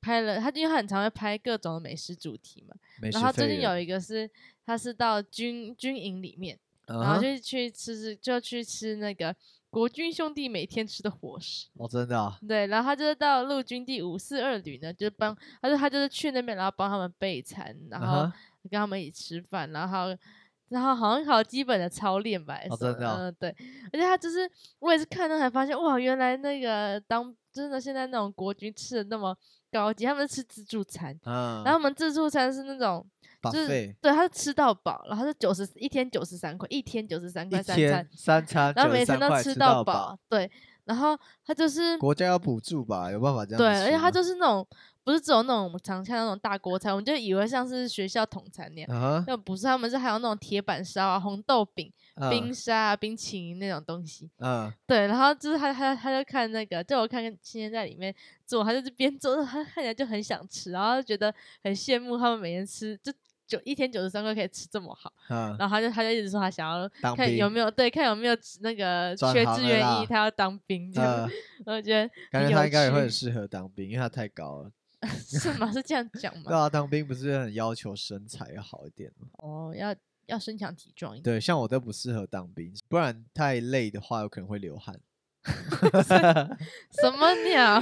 Speaker 2: 拍了，他因为他很常会拍各种的美食主题嘛，
Speaker 1: 美食
Speaker 2: 然后最
Speaker 1: 废
Speaker 2: 近有
Speaker 1: 人，
Speaker 2: 一个是他是到军军营里面，然
Speaker 1: 啊
Speaker 2: 后就去吃吃就去吃那个国军兄弟每天吃的伙食，
Speaker 1: 哦，真的啊、
Speaker 2: 对，然后他就是到陆军第五四二旅呢，就是帮，他说他就是去那边，然后帮他们备餐，然后
Speaker 1: 啊哈
Speaker 2: 跟他们一起吃饭，然后然后好像好基本的操练吧，还是
Speaker 1: 哦
Speaker 2: 什么
Speaker 1: 真的哦
Speaker 2: 嗯，对，而且他就是我也是看到才发现，哇，原来那个当真的现在那种国军吃的那么高级，他们是吃自助餐，
Speaker 1: 嗯，
Speaker 2: 然后我们自助餐是那种
Speaker 1: 把
Speaker 2: 就是
Speaker 1: 费
Speaker 2: 对，他是吃到饱，然后是九十一天九十三块，一天九十三块
Speaker 1: 一
Speaker 2: 三餐
Speaker 1: 天，三餐，
Speaker 2: 然后每餐
Speaker 1: 93
Speaker 2: 都
Speaker 1: 块
Speaker 2: 吃
Speaker 1: 到
Speaker 2: 饱，，对，然后他就是
Speaker 1: 国家要补助吧？有办法这样子
Speaker 2: 对，而且
Speaker 1: 吃
Speaker 2: 它
Speaker 1: 吗
Speaker 2: 就是那种不是只有那种我们常看到那种大锅菜，我们就以为像是学校统餐那样， <laughs>
Speaker 1: 啊
Speaker 2: 那不是，他们是还有那种铁板烧啊、红豆饼、
Speaker 1: 哈，
Speaker 2: 冰沙啊、冰淇淋那种东西。
Speaker 1: 嗯，
Speaker 2: 对，然后就是他他他就看那个，就我看青年在里面做，他就是边做，他看起来就很想吃，然后就觉得很羡慕他们每天吃就。九一天九十三块可以吃这么好，
Speaker 1: 嗯嗯，
Speaker 2: 然后他就他就一直说他想要
Speaker 1: 当
Speaker 2: 看有
Speaker 1: 兵
Speaker 2: 没有对看有没有那个
Speaker 1: 转
Speaker 2: 缺
Speaker 1: 行
Speaker 2: 志
Speaker 1: 了
Speaker 2: 愿
Speaker 1: 啦
Speaker 2: 役，他要当兵这样
Speaker 1: 呃
Speaker 2: 子，，我觉得
Speaker 1: 感
Speaker 2: 很
Speaker 1: 觉他
Speaker 2: 有
Speaker 1: 应该也会
Speaker 2: 趣
Speaker 1: 很适合当兵，因为他太高了。
Speaker 2: <laughs> 是吗？是这样讲吗
Speaker 1: 对？啊，当兵不是很要求身材要好一点吗？
Speaker 2: 哦，要要身强体壮一点，
Speaker 1: 对，像我都不适合当兵，不然太累的话，有可能会流
Speaker 2: <laughs>
Speaker 1: 汗。
Speaker 2: 什么鸟？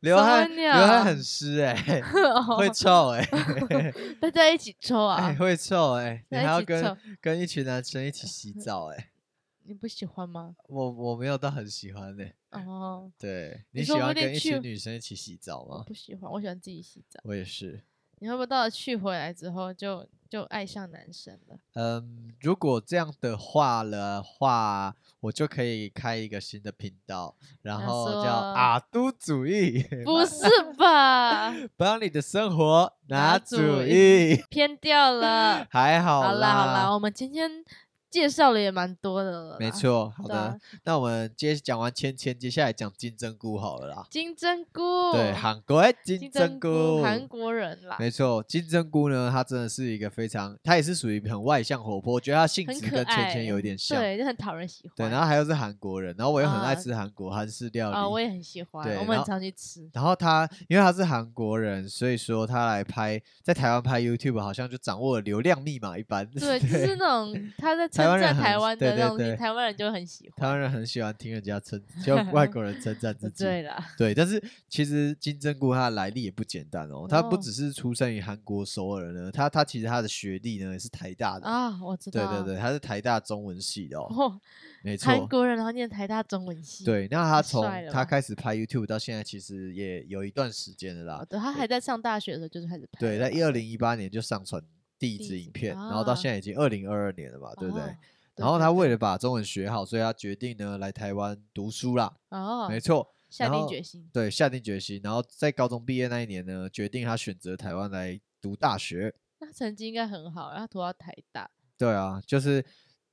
Speaker 1: 流
Speaker 2: 什
Speaker 1: 汗，流汗
Speaker 2: 么鸟
Speaker 1: 很湿哎、
Speaker 2: <laughs>
Speaker 1: <laughs>
Speaker 2: 哦
Speaker 1: 会臭
Speaker 2: <laughs>
Speaker 1: 哎、欸
Speaker 2: 大家一起抽啊！
Speaker 1: 哎 <laughs> 会臭哎、你
Speaker 2: 大
Speaker 1: 还
Speaker 2: 家
Speaker 1: 要
Speaker 2: 一起抽
Speaker 1: 跟，跟一群男生一起
Speaker 2: <laughs>
Speaker 1: 洗澡哎、
Speaker 2: 你不喜欢吗？
Speaker 1: 我我没有到很喜欢哎、
Speaker 2: 哦，
Speaker 1: 对
Speaker 2: 你
Speaker 1: 你喜
Speaker 2: 说不
Speaker 1: 欢
Speaker 2: 定
Speaker 1: 跟一群
Speaker 2: 去
Speaker 1: 女生一起洗澡
Speaker 2: 我
Speaker 1: 吗？
Speaker 2: 不喜欢，我喜欢自己洗澡。
Speaker 1: 我也是，
Speaker 2: 你会不会到了去回来之后就就爱上男生了？
Speaker 1: 嗯，如果这样的话了话，我就可以开一个新的频道，然
Speaker 2: 他
Speaker 1: 后叫
Speaker 2: 说
Speaker 1: 阿都主义， <laughs>
Speaker 2: 不是吧？
Speaker 1: 帮你的生活拿
Speaker 2: 拿主
Speaker 1: 主意。
Speaker 2: 偏掉了。
Speaker 1: <laughs> 还好
Speaker 2: 好啦好啦，
Speaker 1: 啦，
Speaker 2: 我们今天介绍了也蛮多的了啦。
Speaker 1: 没错，好
Speaker 2: 对啊
Speaker 1: 的，那我们接讲完芊芊，接下来讲金针菇好了啦。
Speaker 2: 金针菇，
Speaker 1: 对，韩国哎金
Speaker 2: 哦金
Speaker 1: 针
Speaker 2: 针
Speaker 1: 菇，
Speaker 2: 韩国人啦，
Speaker 1: 没错，金针菇呢，它真的是一个非常，它也是属于很外向活泼，我觉得它性
Speaker 2: 很
Speaker 1: 质
Speaker 2: 可
Speaker 1: 跟芊
Speaker 2: 爱
Speaker 1: 芊有一点像。
Speaker 2: 对，就很讨人喜欢。
Speaker 1: 啊对，然后还有是韩国人，然后我又很爱
Speaker 2: 啊
Speaker 1: 吃韩国韩式料理。
Speaker 2: 啊，我也很喜欢，
Speaker 1: 对
Speaker 2: 我
Speaker 1: 然
Speaker 2: 们
Speaker 1: 后
Speaker 2: 很常去吃。
Speaker 1: 然后他因为他是韩国人，所以说他来拍在台湾拍 YouTube 好像就掌握了流量密码一般。 <laughs>
Speaker 2: 对，就是那种他在
Speaker 1: 台
Speaker 2: 称
Speaker 1: 湾人
Speaker 2: 赞
Speaker 1: 很
Speaker 2: 台
Speaker 1: 喜
Speaker 2: 湾
Speaker 1: 对
Speaker 2: 的那
Speaker 1: 对
Speaker 2: 种东西，
Speaker 1: 对
Speaker 2: 台湾人就很喜
Speaker 1: 台
Speaker 2: 欢。
Speaker 1: 湾人很喜欢听人家称，
Speaker 2: <laughs>
Speaker 1: 就外国人称赞自己。
Speaker 2: 对啦，
Speaker 1: 对，但是其实金针菇它的来历也不简单哦，它不
Speaker 2: 哦
Speaker 1: 只是出生于韩国首尔呢，它它其实它的学历呢也是台大的，
Speaker 2: 啊，我知
Speaker 1: 对
Speaker 2: 道。
Speaker 1: 对对，它是台大中文系的哦，
Speaker 2: 哦，
Speaker 1: 没错。
Speaker 2: 韩国人然后念台大中文系。
Speaker 1: 对，那他
Speaker 2: 太
Speaker 1: 从
Speaker 2: 帅了
Speaker 1: 他
Speaker 2: 吧
Speaker 1: 开始拍 YouTube 到现在，其实也有一段时间了
Speaker 2: 哦，
Speaker 1: 啦。
Speaker 2: 对，他还在上大学的时候就是开始拍哦
Speaker 1: 对，
Speaker 2: 了
Speaker 1: 在
Speaker 2: 吧
Speaker 1: 一二零一八年就上传第一
Speaker 2: 第一
Speaker 1: 支
Speaker 2: 支
Speaker 1: 影片，然后到
Speaker 2: 啊
Speaker 1: 现在已经二零二二年了嘛，对不对
Speaker 2: 哦？
Speaker 1: 然后他
Speaker 2: 对
Speaker 1: 为了把中文学好，所以他决定呢来台湾读书啦。
Speaker 2: 哦
Speaker 1: 没错，
Speaker 2: 下
Speaker 1: 然
Speaker 2: 定
Speaker 1: 后
Speaker 2: 决心，
Speaker 1: 对，下定决心，然后在高中毕业那一年呢，决定他选择台湾来读大学。
Speaker 2: 那成绩应该很好，然后他读到台大。
Speaker 1: 对啊，就是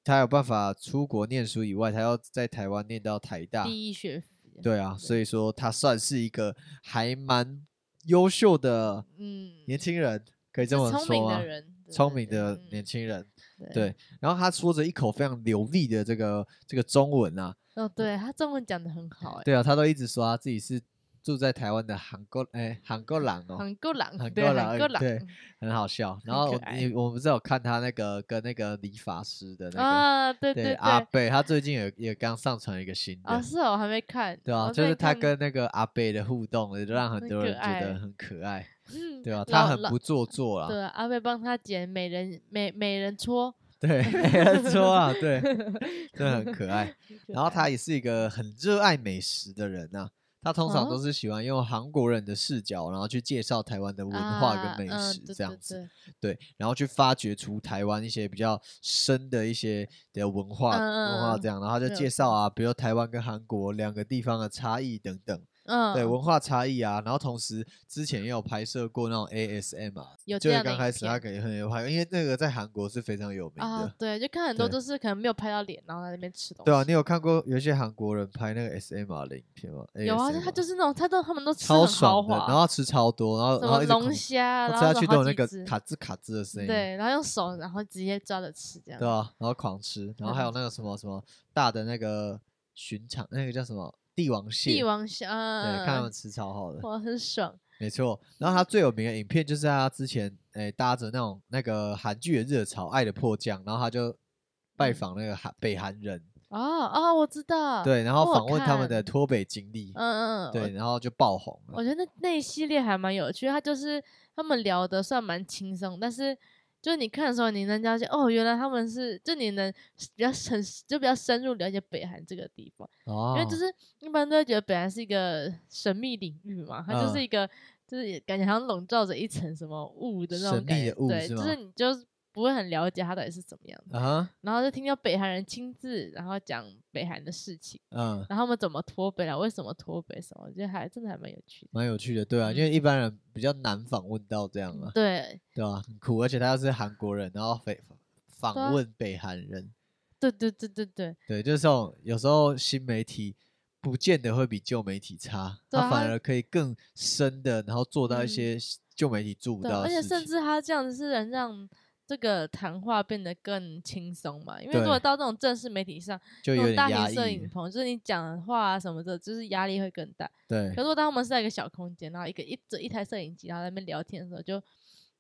Speaker 1: 他有办法出国念书以外，他要在台湾念到台大。
Speaker 2: 第一学府。
Speaker 1: 啊对啊，所以说他算是一个还蛮优秀的
Speaker 2: 嗯，
Speaker 1: 年轻人，可以这
Speaker 2: 是
Speaker 1: 么
Speaker 2: 聪
Speaker 1: 说
Speaker 2: 明的
Speaker 1: 吗？
Speaker 2: 人，对
Speaker 1: 聪
Speaker 2: 对
Speaker 1: 明
Speaker 2: 对
Speaker 1: 的
Speaker 2: 嗯
Speaker 1: 年轻人，
Speaker 2: 对
Speaker 1: 对。然后他说着一口非常流利的这个这个中文啊，
Speaker 2: 哦，对他中文讲的很好，哎，
Speaker 1: 对啊，他都一直说他自己是住在台湾的韩国，哎，韩国人哦，
Speaker 2: 很够朗，
Speaker 1: 很
Speaker 2: 对，
Speaker 1: 够
Speaker 2: 很
Speaker 1: 朗
Speaker 2: 够
Speaker 1: 嗯对
Speaker 2: 朗
Speaker 1: 很好笑。然
Speaker 2: 很
Speaker 1: 后
Speaker 2: 可爱
Speaker 1: 你我们不是有看他那个跟那个理发师的那个，
Speaker 2: 啊，对对，
Speaker 1: 阿贝，他最近也也刚上传一个新
Speaker 2: 啊，
Speaker 1: 的。
Speaker 2: 是哦，我还没看。
Speaker 1: 对啊，
Speaker 2: 我
Speaker 1: 就是
Speaker 2: 在
Speaker 1: 他
Speaker 2: 看
Speaker 1: 跟那个阿贝的互动，也让很
Speaker 2: 很
Speaker 1: 多
Speaker 2: 可
Speaker 1: 人觉得
Speaker 2: 爱
Speaker 1: 很可爱。
Speaker 2: 嗯
Speaker 1: 对啊，
Speaker 2: 老
Speaker 1: 他很
Speaker 2: 老
Speaker 1: 不做作啦，
Speaker 2: 对啊阿贝帮他剪美人美美人搓，
Speaker 1: 对，没错啊，
Speaker 2: <laughs>
Speaker 1: 对，真的很可爱。然后他也是一个很热爱美食的人呐、他通常
Speaker 2: 哦
Speaker 1: 都是喜欢用韩国人的视角，然后去介绍台湾的文化
Speaker 2: 啊
Speaker 1: 跟美
Speaker 2: 嗯
Speaker 1: 食
Speaker 2: 对
Speaker 1: 这样
Speaker 2: 对
Speaker 1: 子，
Speaker 2: 对
Speaker 1: 对，然后去发掘出台湾一些比较深的一些的文化、文化
Speaker 2: 嗯嗯嗯
Speaker 1: 这样，然后他就
Speaker 2: 对
Speaker 1: 介绍啊，比如台湾跟韩国两个地方的差异等等，
Speaker 2: 嗯，
Speaker 1: 对文化差异啊，然后同时之前也有拍摄过那种 ASM 啊，
Speaker 2: 有这
Speaker 1: 就是
Speaker 2: 样的
Speaker 1: 刚
Speaker 2: 影
Speaker 1: 开始他
Speaker 2: 片
Speaker 1: 可能很有拍，因为那个在韩国是非常有名的，
Speaker 2: 啊，对，就看很多
Speaker 1: 对
Speaker 2: 都是可能没有拍到脸，然后在那边吃东西。
Speaker 1: 对啊，你有看过有一些韩国人拍那个 S M R 的影片吗？
Speaker 2: 有啊，他
Speaker 1: ASMR
Speaker 2: 就是那种他都他们都吃
Speaker 1: 超
Speaker 2: 很豪
Speaker 1: 爽的，
Speaker 2: 华，
Speaker 1: 然后吃超多，然后
Speaker 2: 什
Speaker 1: 然后
Speaker 2: 么
Speaker 1: 一直
Speaker 2: 龙
Speaker 1: 狂
Speaker 2: 虾，
Speaker 1: 我
Speaker 2: 然
Speaker 1: 吃
Speaker 2: 后
Speaker 1: 下
Speaker 2: 什
Speaker 1: 去
Speaker 2: 么
Speaker 1: 都
Speaker 2: 好
Speaker 1: 有那
Speaker 2: 几
Speaker 1: 个
Speaker 2: 只
Speaker 1: 卡吱卡吱的声音，
Speaker 2: 对，然后用手然后直接抓着吃这样。
Speaker 1: 对啊，然后狂吃，然后还有
Speaker 2: 嗯
Speaker 1: 那个什么什么大的那个寻常那个叫什么帝王蟹，
Speaker 2: 帝王虾，
Speaker 1: 对，
Speaker 2: 嗯
Speaker 1: 看他们吃超好的，
Speaker 2: 哇，很爽。
Speaker 1: 没错。然后他最有名的影片就是他之前诶、搭着那种那个韩剧的热潮《爱的迫降》，然后他就拜
Speaker 2: 嗯
Speaker 1: 访那个韩北韩人，
Speaker 2: 哦哦，我知道，
Speaker 1: 对，然后
Speaker 2: 我有
Speaker 1: 访问他们的
Speaker 2: 看
Speaker 1: 脱北经历，
Speaker 2: 嗯嗯，嗯
Speaker 1: 对，然后就爆红了。
Speaker 2: 我觉得那那一系列还蛮有趣，他就是他们聊的算蛮轻松，但是就是你看的时候，你能了解哦，原来他们是就你能比较深就比较深入了解北韩这个地方，
Speaker 1: 哦，
Speaker 2: 因为就是一般都会觉得北韩是一个神秘领域嘛，它就
Speaker 1: 嗯
Speaker 2: 是一个、就是感觉好像笼罩着一层什么雾的那
Speaker 1: 神
Speaker 2: 种感
Speaker 1: 秘
Speaker 2: 觉
Speaker 1: 的，雾
Speaker 2: 对，
Speaker 1: 是
Speaker 2: 就是
Speaker 1: 吗
Speaker 2: 你就不会很了解它到底是怎么样的，
Speaker 1: 啊哈，
Speaker 2: 然后就听到北韩人亲自然后讲北韩的事情。
Speaker 1: 嗯，
Speaker 2: 然后他们怎么脱北了？为什么脱北？什么？我觉得还真的还蛮有趣的。
Speaker 1: 蛮有趣的，对
Speaker 2: 嗯
Speaker 1: 啊，因为一般人比较难访问到这样啊，
Speaker 2: 对，
Speaker 1: 对吧、很酷，而且他又是韩国人，然后北
Speaker 2: 对啊
Speaker 1: 访问北韩人，
Speaker 2: 对对对对对，
Speaker 1: 对，就是这种有时候新媒体不见得会比旧媒体差，
Speaker 2: 对啊
Speaker 1: 它反而可以更深的，然后做到一
Speaker 2: 嗯
Speaker 1: 些旧媒体做不
Speaker 2: 对，啊
Speaker 1: 到
Speaker 2: 而
Speaker 1: 的
Speaker 2: 且
Speaker 1: 事情。
Speaker 2: 甚至他这样子是能让这个谈话变得更轻松嘛？因为如果
Speaker 1: 对
Speaker 2: 到那种正式媒体上，
Speaker 1: 就
Speaker 2: 那
Speaker 1: 有
Speaker 2: 种大
Speaker 1: 点压
Speaker 2: 型摄
Speaker 1: 抑
Speaker 2: 影，棚，就是你讲话啊什么的，就是压力会更大。
Speaker 1: 对
Speaker 2: 可是，如果当我们是在一个小空间，然后一个一整一台摄影机，然后在那边聊天的时候，就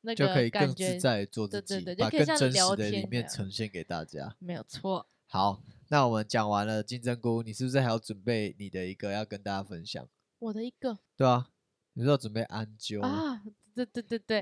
Speaker 2: 那
Speaker 1: 就可
Speaker 2: 个
Speaker 1: 以
Speaker 2: 感
Speaker 1: 更
Speaker 2: 觉
Speaker 1: 自在地做自
Speaker 2: 对对
Speaker 1: 己，
Speaker 2: 对就
Speaker 1: 把
Speaker 2: 可以
Speaker 1: 更
Speaker 2: 像
Speaker 1: 真实
Speaker 2: 聊
Speaker 1: 的一
Speaker 2: 天
Speaker 1: 面
Speaker 2: 这样
Speaker 1: 呈现给大家。
Speaker 2: 没有错。
Speaker 1: 好，那我们讲完了竞争锅，你是不是还要准备你的一个要跟大家分享？
Speaker 2: 我的一个
Speaker 1: 对啊，你说准备安啾。
Speaker 2: 啊，对对对对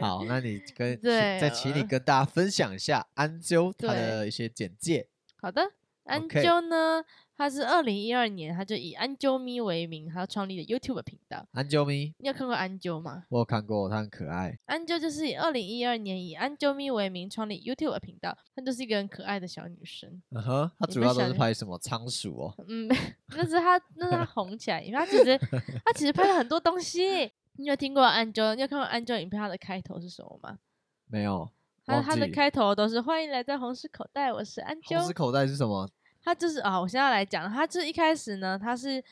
Speaker 1: <laughs> 好，那你跟请
Speaker 2: 对
Speaker 1: 再请你
Speaker 2: 呃
Speaker 1: 跟大家分享一下安啾它
Speaker 2: 对
Speaker 1: 的一些简介。
Speaker 2: 好的，安
Speaker 1: OK
Speaker 2: 啾呢，它是二零一二年，它就以安啾咪为名，它创立的 YouTube 频道。
Speaker 1: 安啾咪，
Speaker 2: 你有看过安啾吗？
Speaker 1: 我有看过，它很可爱。
Speaker 2: 安啾就是以二零一二年以安啾咪为名创立 YouTube 频道，她就是一个很可爱的小女生。
Speaker 1: 嗯哼，它
Speaker 2: 你
Speaker 1: 主
Speaker 2: 们
Speaker 1: 要都是
Speaker 2: 想
Speaker 1: 拍什么仓鼠哦。
Speaker 2: 嗯， <laughs> 那是她，那是她红起来，因为她其
Speaker 1: <laughs>
Speaker 2: 实她其实拍了很多东西。你有听过安啾？你有看过安啾影片？它的开头是什么吗？
Speaker 1: 没有，
Speaker 2: 它
Speaker 1: 忘
Speaker 2: 它的
Speaker 1: 记
Speaker 2: 开头都是欢迎来到红石口袋，我是安
Speaker 1: 红
Speaker 2: 啾
Speaker 1: 石。口袋是什么？
Speaker 2: 他就是啊，我现在来讲，他就是一开始呢，他是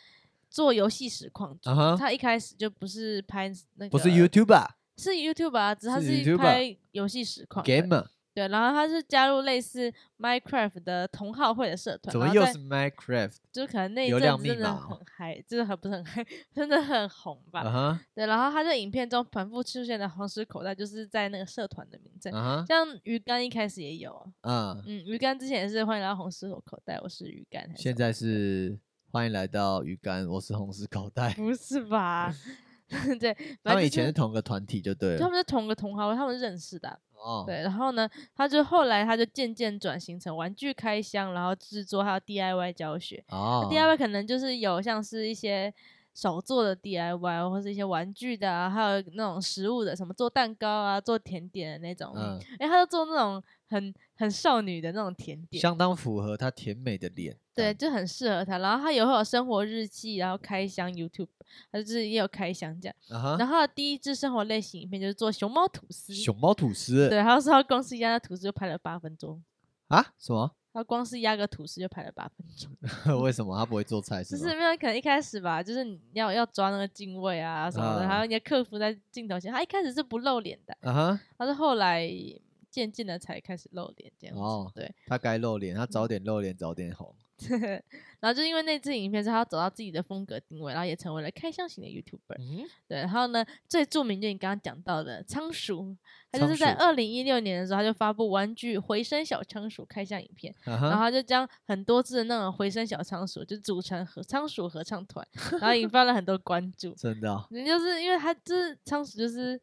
Speaker 2: 做游戏实况主
Speaker 1: 啊哈
Speaker 2: 他一开始就不是拍那个，
Speaker 1: 不是 YouTuber
Speaker 2: 是 YouTube 啊，只是他
Speaker 1: 是
Speaker 2: 是
Speaker 1: YouTuber
Speaker 2: 拍游戏实况的
Speaker 1: gamer，
Speaker 2: 对，然后他是加入类似 Minecraft 的同好会的社团，
Speaker 1: 怎么
Speaker 2: 然后
Speaker 1: 又
Speaker 2: 在
Speaker 1: 是 Minecraft？
Speaker 2: 就可能那一
Speaker 1: 流
Speaker 2: 阵
Speaker 1: 量
Speaker 2: 子
Speaker 1: 密
Speaker 2: 真的
Speaker 1: 码哦
Speaker 2: 很嗨，真的很不是很嗨，真的很红吧？
Speaker 1: 啊哈，
Speaker 2: 对，然后他在影片中反复出现的红石口袋，就是在那个社团的名称，
Speaker 1: 啊哈，
Speaker 2: 像鱼竿一开始也有啊，
Speaker 1: 嗯，
Speaker 2: 嗯，鱼竿之前也是欢迎来到红石口袋，我是鱼竿，还是什
Speaker 1: 现
Speaker 2: 么
Speaker 1: 在是欢迎来到鱼竿，我是红石口袋。
Speaker 2: 不是吧？
Speaker 1: <laughs>
Speaker 2: <laughs> 对，
Speaker 1: 他
Speaker 2: 嗯反正
Speaker 1: 们以
Speaker 2: 就
Speaker 1: 前
Speaker 2: 是
Speaker 1: 是同个团体就对
Speaker 2: 他
Speaker 1: 了。
Speaker 2: 们是同个同行，他们认识的啊、
Speaker 1: 哦，
Speaker 2: 对，然后呢，他就后来他就渐渐转型成玩具开箱，然后制作还有 DIY 教学。
Speaker 1: 哦
Speaker 2: DIY 可能就是有像是一些手做的 DIY，或是一些玩具的啊，还有那种食物的，什么做蛋糕啊、做甜点的那种。嗯，
Speaker 1: 嗯，
Speaker 2: 哎，他就做那种很很少女的那种甜点。
Speaker 1: 相当符合他甜美的脸。
Speaker 2: 对，，就很适合他。然后他也会有生活日记，然后开箱 YouTube，他就是也有开箱这样。
Speaker 1: 啊哈，
Speaker 2: 然后他的第一支生活类型影片就是做熊猫吐司，
Speaker 1: 熊猫吐司。
Speaker 2: 对，他说他光是压那吐司就拍了八分钟，
Speaker 1: 啊？什么？ <laughs>
Speaker 2: 他光是压个吐司就拍了八分钟，
Speaker 1: 为什么他不会做菜？
Speaker 2: 就是是
Speaker 1: 吗
Speaker 2: 没有可能一开始吧，就是你要要抓那个镜位啊什么的，还
Speaker 1: 啊
Speaker 2: 有你要克服在镜头前，他一开始是不露脸的，
Speaker 1: 啊哈，
Speaker 2: 他是后来渐渐的才开始露脸这样子，
Speaker 1: 哦
Speaker 2: 对，
Speaker 1: 他该露脸，他早点露脸，早点红。
Speaker 2: 然后就因为那支影片，是他找到自己的风格定位，然后也成为了开箱型的 YouTuber。
Speaker 1: 嗯，
Speaker 2: 对，然后呢，最著名就你刚刚讲到的仓鼠，他就是在
Speaker 1: 仓鼠
Speaker 2: 二零一六年的时候，他就发布玩具回声小仓鼠开箱影片，
Speaker 1: 啊
Speaker 2: 然
Speaker 1: 哈，。
Speaker 2: 后他就将很多只的那种回声小仓鼠就组成合仓鼠合唱团，然后引发了很多关注
Speaker 1: 真的哦
Speaker 2: 人就是因为他就是仓鼠就是。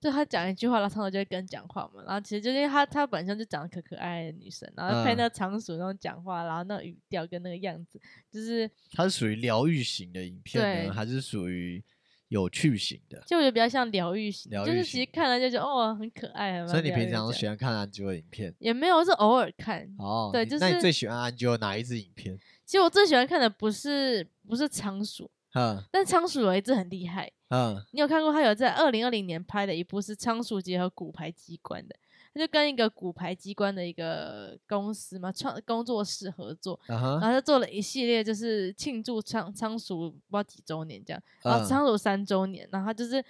Speaker 2: 就他讲一句话，然后仓鼠就会跟讲话嘛。然后其实就是因为他他本身就长得可可爱爱的女生，然后配
Speaker 1: 嗯
Speaker 2: 那仓鼠那种讲话，然后那种语调跟那个样子，就是
Speaker 1: 它是属于疗愈型的影片
Speaker 2: 对
Speaker 1: 呢，还是属于有趣型的？
Speaker 2: 就我觉得比较像疗愈型，
Speaker 1: 疗
Speaker 2: 就
Speaker 1: 愈
Speaker 2: 是其实
Speaker 1: 型
Speaker 2: 看了就觉得哦很可爱，还蛮
Speaker 1: 所以你
Speaker 2: 疗愈
Speaker 1: 平常
Speaker 2: 这
Speaker 1: 都
Speaker 2: 样
Speaker 1: 喜欢看安吉的影片
Speaker 2: 也没有是偶尔看。
Speaker 1: 哦？
Speaker 2: 对
Speaker 1: 你
Speaker 2: 就
Speaker 1: 那
Speaker 2: 是
Speaker 1: 你最喜欢安吉哪一支影片？
Speaker 2: 其实我最喜欢看的不是不是仓鼠，
Speaker 1: 嗯
Speaker 2: 但仓鼠有一只很厉害，
Speaker 1: 嗯，
Speaker 2: 你有看过？它有在二零二零年拍的一部是仓鼠结合骨牌机关的，它就跟一个骨牌机关的一个公司嘛创工作室合作，
Speaker 1: 啊
Speaker 2: 然
Speaker 1: 哈，
Speaker 2: 后就做了一系列就是庆祝仓仓鼠不知道几周年这样，然
Speaker 1: 嗯
Speaker 2: 后仓鼠三周年，然后它就是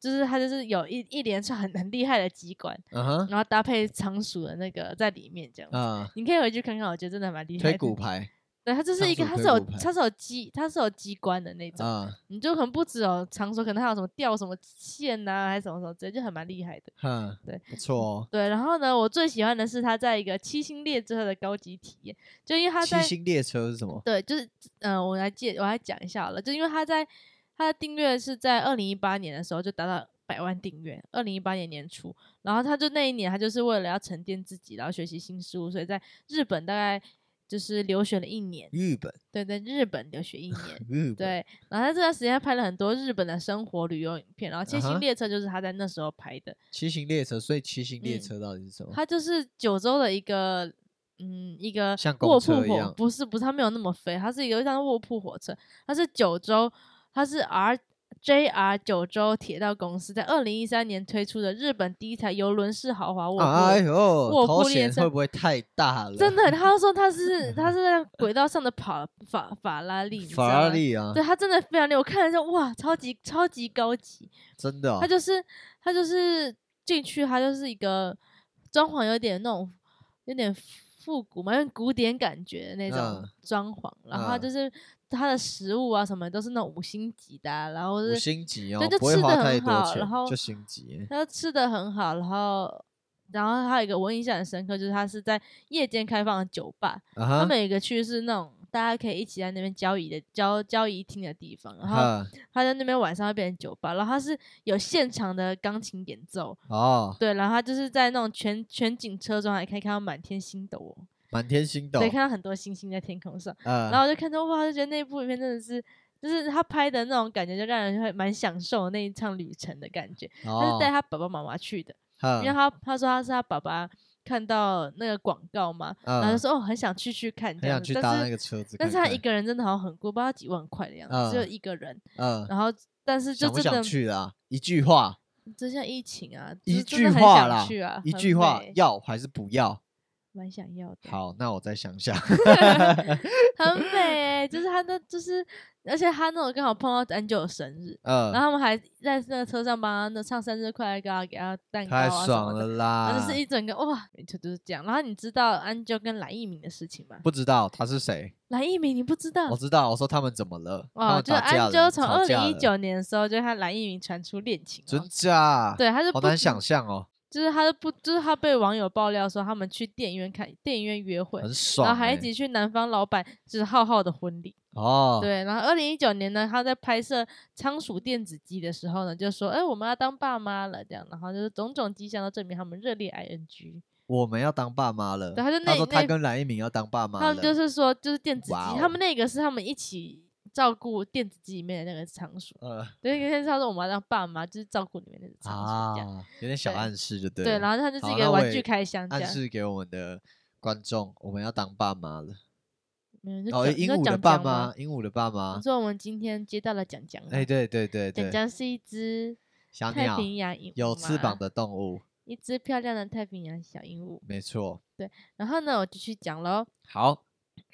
Speaker 2: 就是它就是有一一连串很很厉害的机关。
Speaker 1: 啊哈，
Speaker 2: 然后搭配仓鼠的那个在里面这样子。
Speaker 1: 啊，
Speaker 2: 嗯你可以回去看看，我觉得真的蛮厉害
Speaker 1: 推
Speaker 2: 的。
Speaker 1: 骨牌
Speaker 2: 对，它就是一个，
Speaker 1: 仓
Speaker 2: 它
Speaker 1: 鼠
Speaker 2: 是
Speaker 1: 推
Speaker 2: 有
Speaker 1: 骨牌
Speaker 2: 它是有机它是有机关的那种，
Speaker 1: 啊，
Speaker 2: 你就可能不只有常说，可能还有什么吊什么线呐、还是什么什么之类，就很蛮厉害的。
Speaker 1: 哼，
Speaker 2: 对，
Speaker 1: 不错哦。
Speaker 2: 对，然后呢，我最喜欢的是它在一个七星列车的高级体验，就因为它
Speaker 1: 七
Speaker 2: 在
Speaker 1: 星列车是什么？
Speaker 2: 对，就是嗯、呃我来介我来讲一下好了，就因为它在它的订阅是在二零一八年的时候就达到百万订阅，二零一八年年初，然后他就那一年他就是为了要沉淀自己，然后学习新事物，所以在日本大概就是留学了一年，
Speaker 1: 日本，
Speaker 2: 对，在日本留学一年。
Speaker 1: 日本，，
Speaker 2: 对，然后他这段时间拍了很多日本的生活旅游影片，然后《七
Speaker 1: 啊哈
Speaker 2: 星列车》就是他在那时候拍的，
Speaker 1: 七星列车。所以七星列
Speaker 2: 嗯
Speaker 1: 车到底是什么？
Speaker 2: 它就是九州的一个，嗯，一个
Speaker 1: 像公
Speaker 2: 卧
Speaker 1: 车
Speaker 2: 铺
Speaker 1: 一
Speaker 2: 火
Speaker 1: 样，
Speaker 2: 不是不是，它没有那么飞，它是一个像卧铺火车，它是九州，它是 R JR 九州铁道公司在二零一三年推出的日本第一台游轮式豪华卧铺。
Speaker 1: 哎呦，
Speaker 2: 卧
Speaker 1: 头
Speaker 2: 铺列
Speaker 1: 衔
Speaker 2: 车
Speaker 1: 会不会太大了？<laughs>
Speaker 2: 真的，他说他是他是在轨道上的跑法法拉利，你知
Speaker 1: 法
Speaker 2: 道
Speaker 1: 拉
Speaker 2: 吗，
Speaker 1: 利啊，
Speaker 2: 对他真的非常厉害，我看了之后哇，超级超级高级，
Speaker 1: 真的哦
Speaker 2: 它就是它就是进去，它就是一个装潢有点那种有点复古嘛，有点古典感觉的那种
Speaker 1: 嗯
Speaker 2: 装潢，然后它
Speaker 1: 嗯
Speaker 2: 就是它的食物啊什么都是那种五星级的啊、然后
Speaker 1: 五
Speaker 2: 是
Speaker 1: 星级哦
Speaker 2: 对，就
Speaker 1: 不会
Speaker 2: 吃得
Speaker 1: 花
Speaker 2: 很
Speaker 1: 太多
Speaker 2: 好
Speaker 1: 钱
Speaker 2: 然后，
Speaker 1: 就星级。
Speaker 2: 它吃的很好，然后。然后还有一个我印象很深刻，就是它是在夜间开放的酒吧，
Speaker 1: 啊
Speaker 2: 它
Speaker 1: 哈，
Speaker 2: 每个区是那种大家可以一起在那边交易的交交易厅的地方，然后
Speaker 1: 哈
Speaker 2: 它在那边晚上会变成酒吧，然后它是有现场的钢琴演奏，
Speaker 1: 哦，
Speaker 2: 对，然后他就是在那种全全景车中，还可以看到满天星斗哦，
Speaker 1: 满天星斗
Speaker 2: 对，，看到很多星星在天空上。
Speaker 1: 呃，
Speaker 2: 然后我就看到哇，就觉得那部影片真的是，就是他拍的那种感觉，就让人会蛮享受那一趟旅程的感觉。他是带
Speaker 1: 哦，嗯
Speaker 2: 他爸爸妈妈去的，
Speaker 1: 哈
Speaker 2: 因为他他说他是他爸爸看到那个广告嘛，然后
Speaker 1: 嗯
Speaker 2: 就说哦很想去去看这
Speaker 1: 很
Speaker 2: 样
Speaker 1: 想
Speaker 2: 子，
Speaker 1: 去搭
Speaker 2: 但
Speaker 1: 那
Speaker 2: 是
Speaker 1: 个车子看看，
Speaker 2: 但是他一个人真的好像很贵，不知道几万块的样子，只有
Speaker 1: 嗯
Speaker 2: 一个人。
Speaker 1: 嗯，
Speaker 2: 然后但是就
Speaker 1: 想不
Speaker 2: 真
Speaker 1: 想
Speaker 2: 的，
Speaker 1: 去啦？一句话，
Speaker 2: 就像疫情啊，就
Speaker 1: 一
Speaker 2: 是真的
Speaker 1: 句
Speaker 2: 很
Speaker 1: 话
Speaker 2: 想
Speaker 1: 啦
Speaker 2: 去啊，
Speaker 1: 一
Speaker 2: 很
Speaker 1: 句话
Speaker 2: 美，
Speaker 1: 要还是不要？
Speaker 2: 蛮想要的。
Speaker 1: 好，那我再想想。
Speaker 2: 很美欸、就是他那，就是而且他那种刚好碰到安九的生日，
Speaker 1: 嗯，
Speaker 2: 然后他们还在那个车上帮他那唱生日快乐歌啊，给他蛋糕
Speaker 1: 太
Speaker 2: 啊什么
Speaker 1: 爽了
Speaker 2: 的，
Speaker 1: 啦！
Speaker 2: 然后就是一整个哇，就就是这样。然后你知道安九跟蓝一鸣的事情吗？
Speaker 1: 不知道他是谁，
Speaker 2: 蓝一鸣你不知道
Speaker 1: 我？知道，我说他们怎么了？哦他
Speaker 2: 嗯哦，
Speaker 1: 们
Speaker 2: 就
Speaker 1: 打架了，
Speaker 2: 安九从
Speaker 1: 吵
Speaker 2: 二
Speaker 1: 架
Speaker 2: 零一
Speaker 1: 了
Speaker 2: 九年的时候就和蓝一鸣传出恋情、
Speaker 1: 真
Speaker 2: 哦，
Speaker 1: 假，，
Speaker 2: 对，他是
Speaker 1: 好
Speaker 2: 不
Speaker 1: 难
Speaker 2: 知
Speaker 1: 想，象哦，
Speaker 2: 就是他是不，就是他被网友爆料说他们去电影院看电影院约会，
Speaker 1: 很爽欸，
Speaker 2: 然后还一起去南方老板就是浩浩的婚礼。
Speaker 1: 哦，
Speaker 2: 对，然后二零一九年呢，他在拍摄《仓鼠电子鸡》的时候呢，就说：“哎、我们要当爸妈了。”这样，然后就是种种迹象都证明他们热烈 ing。
Speaker 1: 我们要当爸妈了。
Speaker 2: 对他就那
Speaker 1: 说他
Speaker 2: 那
Speaker 1: 跟蓝一鸣要当爸妈了。
Speaker 2: 他们就是说，就是电子鸡，
Speaker 1: 哇哦
Speaker 2: 他们那个是他们一起照顾电子鸡里面的那个仓鼠。
Speaker 1: 呃
Speaker 2: 对，跟他说我们要当爸妈，就是照顾里面那只仓鼠这样。
Speaker 1: 啊，有点小
Speaker 2: 对
Speaker 1: 暗示就对了。
Speaker 2: 对，然后他就是
Speaker 1: 好
Speaker 2: 一
Speaker 1: 那
Speaker 2: 个
Speaker 1: 我
Speaker 2: 玩
Speaker 1: 也
Speaker 2: 具开箱这
Speaker 1: 暗
Speaker 2: 样。
Speaker 1: 示给我们的观众，我们要当爸妈了。
Speaker 2: 嗯，就
Speaker 1: 哦，
Speaker 2: 讲你
Speaker 1: 鹦
Speaker 2: 说
Speaker 1: 鹉的
Speaker 2: 讲
Speaker 1: 爸
Speaker 2: 讲吗
Speaker 1: 妈，？鹦鹉的爸妈
Speaker 2: 我。说我们今天接到了讲讲嘛，
Speaker 1: 哎，对对对
Speaker 2: 讲
Speaker 1: 对，
Speaker 2: 讲是一只
Speaker 1: 小
Speaker 2: 太
Speaker 1: 鸟，
Speaker 2: 平洋鹦鹉，
Speaker 1: 有翅膀，的动物，
Speaker 2: 一只漂亮的太平洋小鹦鹉。
Speaker 1: 没错。
Speaker 2: 然后呢，我就去讲喽。
Speaker 1: 好，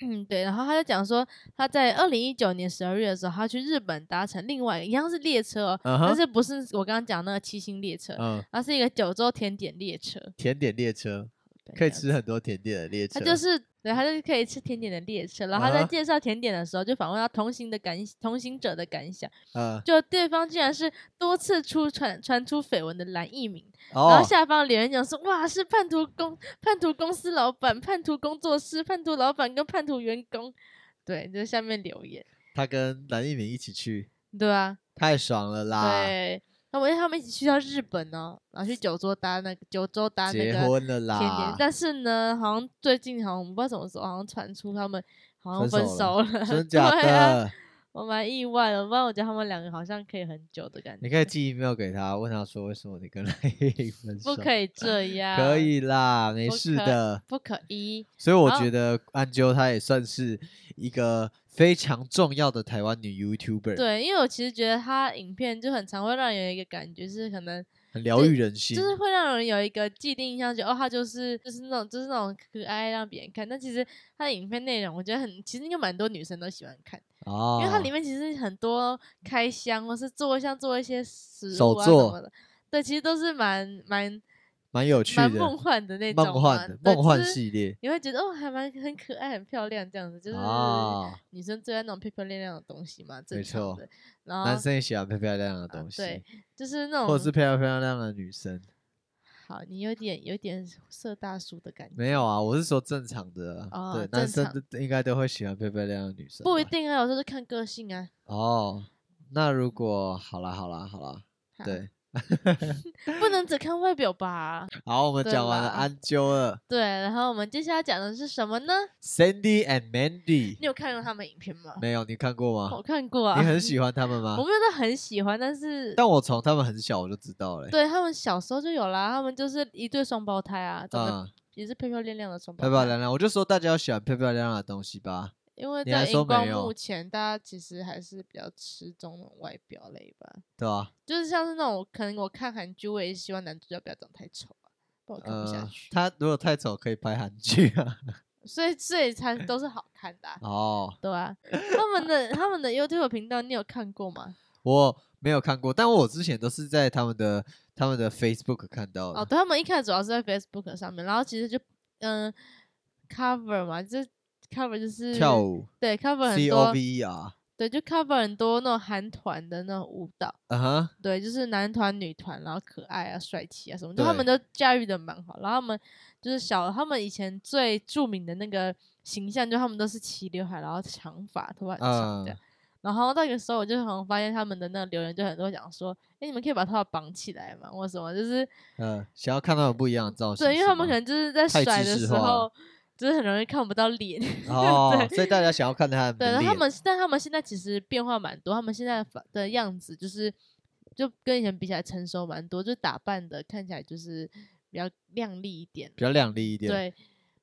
Speaker 2: 嗯，对，然后他就讲说，他在二零一九年十二月的时候，他去日本搭乘另外一样是列车、哦
Speaker 1: 嗯
Speaker 2: 但
Speaker 1: 哼，
Speaker 2: 是不是我刚刚讲那个七星列车，
Speaker 1: 嗯，
Speaker 2: 它是一个九州甜点列车，
Speaker 1: 甜点列车
Speaker 2: 对
Speaker 1: 可以。
Speaker 2: 这
Speaker 1: 吃
Speaker 2: 样子
Speaker 1: 很多甜点的列车。
Speaker 2: 它就是对，它就是可以吃甜点的列车。然后他
Speaker 1: 嗯
Speaker 2: 在
Speaker 1: 哼
Speaker 2: 介绍甜点的时候，就访问到同行的感同行者的感想，
Speaker 1: 呃，
Speaker 2: 就对方竟然是多次出传传出绯闻的蓝奕明，然
Speaker 1: 哦
Speaker 2: 后，下方留言讲说，哇，是叛徒公叛徒公司老板、叛徒工作室、叛徒老板跟叛徒员工，对，就下面留言，
Speaker 1: 他跟蓝一鸣一起去，
Speaker 2: 对啊，
Speaker 1: 太爽了啦！
Speaker 2: 对，他们他们一起去到日本哦，然后去九州搭那个九州搭那
Speaker 1: 结
Speaker 2: 个
Speaker 1: 婚了 <laughs>
Speaker 2: 甜点
Speaker 1: 啦，，
Speaker 2: 但是呢，好像最近好像不知道什么时候，好像传出他们好像
Speaker 1: 分
Speaker 2: 分
Speaker 1: 手
Speaker 2: 手了，
Speaker 1: 真假
Speaker 2: <laughs> 对啊，
Speaker 1: 的？
Speaker 2: 我蛮意外的，不然我觉得他们两个好像可以很久的感觉，
Speaker 1: 你可以寄 email 给他，问他 <laughs> 说为什么你跟蓝一鸣分手？
Speaker 2: 不可以这样，
Speaker 1: 可，以啦，没
Speaker 2: 不
Speaker 1: 事
Speaker 2: 可
Speaker 1: 的。
Speaker 2: 不嗯可以。
Speaker 1: 所以我
Speaker 2: 好
Speaker 1: 觉得安啾她也算是一个非常重要的台湾女 YouTuber，，
Speaker 2: 对，因为我其实觉得他影片就很常会让人有一个感觉，就是可能
Speaker 1: 很疗愈人心
Speaker 2: 就。是会让人有一个既定印象，觉得哦，他就是就是那种就是那种可爱让别人看。但其实他的影片内容，我觉得很其实应该蛮多女生都喜欢看，
Speaker 1: 哦，
Speaker 2: 因为它里面其实很多开箱或是做像做一些食
Speaker 1: 手
Speaker 2: 物啊什
Speaker 1: 作
Speaker 2: 么的，对，其实都是蛮蛮
Speaker 1: 蛮有趣的，
Speaker 2: 蛮梦幻的那种嘛，
Speaker 1: 梦幻的
Speaker 2: 对
Speaker 1: 梦幻。
Speaker 2: 就是
Speaker 1: 系列
Speaker 2: 你会觉得哦，还蛮很可爱、很漂亮这样子，就是
Speaker 1: 啊，
Speaker 2: 女生最爱那种漂漂亮亮的东西嘛，正
Speaker 1: 没
Speaker 2: 常
Speaker 1: 错
Speaker 2: 的。然后
Speaker 1: 男生也喜欢漂漂亮亮的东西，
Speaker 2: 对就是那种，
Speaker 1: 或者是漂漂亮亮的女生。
Speaker 2: 好，你有点有点色大叔的感觉，
Speaker 1: 没有啊，我是说正常的啊，
Speaker 2: 哦
Speaker 1: 对，
Speaker 2: 正
Speaker 1: 男生
Speaker 2: 常
Speaker 1: 都应该都会喜欢漂漂亮亮的女生吧。
Speaker 2: 不一定啊，有时候是看个性啊。
Speaker 1: 哦。那如果好啦好啦好啦，
Speaker 2: 好，
Speaker 1: 对，
Speaker 2: 不能只看外表吧？
Speaker 1: 好，我们
Speaker 2: 对
Speaker 1: 讲完了
Speaker 2: 啦
Speaker 1: 安啾了
Speaker 2: 对，然后我们接下来讲的是什么呢？
Speaker 1: ，Sandy and Mandy，
Speaker 2: 你有看过他们影片吗？
Speaker 1: 没有你看过
Speaker 2: 我
Speaker 1: 吗？
Speaker 2: 看过啊，
Speaker 1: 你很喜欢他们吗
Speaker 2: 我？没有到很喜欢，但是
Speaker 1: 但我从他们很小我就知道了欸，
Speaker 2: 对他们小时候就有啦，他们就是一对双胞胎啊，长得
Speaker 1: 嗯，
Speaker 2: 也是漂漂亮亮的双胞
Speaker 1: 漂
Speaker 2: 胎，
Speaker 1: 漂亮亮，我就说大家要喜欢漂漂亮亮的东西吧。
Speaker 2: 因为
Speaker 1: 你
Speaker 2: 在
Speaker 1: 还说
Speaker 2: 荧
Speaker 1: 没
Speaker 2: 光
Speaker 1: 有
Speaker 2: 幕前，大家其实还是比较吃重那种外表类吧，
Speaker 1: 对吧、
Speaker 2: 就是像是那种可能我看韩剧，我也希望男主角不要长太丑啊，不然我看不下
Speaker 1: 呃
Speaker 2: 去。，
Speaker 1: 他如果太丑可以拍韩剧啊。 <laughs>
Speaker 2: 所以所以才都是好看的啊、
Speaker 1: 哦，
Speaker 2: 对啊。他们的他们的 YouTube 频道你有看过吗？
Speaker 1: 我没有看过，但我之前都是在他们的他们的 Facebook 看到的。
Speaker 2: 哦，对，他们一开始主要是在 Facebook 上面，然后其实就嗯、cover 嘛，就是 cover 就是
Speaker 1: 跳，舞
Speaker 2: 对 cover 很
Speaker 1: ，C
Speaker 2: 多
Speaker 1: O V E R，
Speaker 2: 对，就 cover 很多那种韩团的那种舞蹈，
Speaker 1: 嗯哼，
Speaker 2: 对，就是男团、女团，然后可爱啊、帅气啊什么，就他们
Speaker 1: 对
Speaker 2: 都驾驭的蛮好。然后他们就是小，他们以前最著名的那个形象，就他们都是齐刘海，然后长发，头发很
Speaker 1: 嗯
Speaker 2: 长这样。然后那个时候，我就好像发现他们的那个留言，就很多讲说：“哎，你们可以把头发绑起来嘛，或什么？”就是
Speaker 1: 呃，想要看到有不一样的造型是吗，
Speaker 2: 对，因为他们可能就是在
Speaker 1: 太
Speaker 2: 甩
Speaker 1: 知
Speaker 2: 的
Speaker 1: 识
Speaker 2: 时
Speaker 1: 化了
Speaker 2: 候，就是很容易看不到脸。
Speaker 1: <laughs> 哦，
Speaker 2: <laughs> 对
Speaker 1: 所以大家想要看他们
Speaker 2: 对，
Speaker 1: 的
Speaker 2: 然后
Speaker 1: 脸，
Speaker 2: 他们但他们现在其实变化蛮多，他们现在反的样子就是就跟以前比起来成熟蛮多，就打扮的看起来就是比较靓丽一点，
Speaker 1: 比较靓丽一点，，
Speaker 2: 对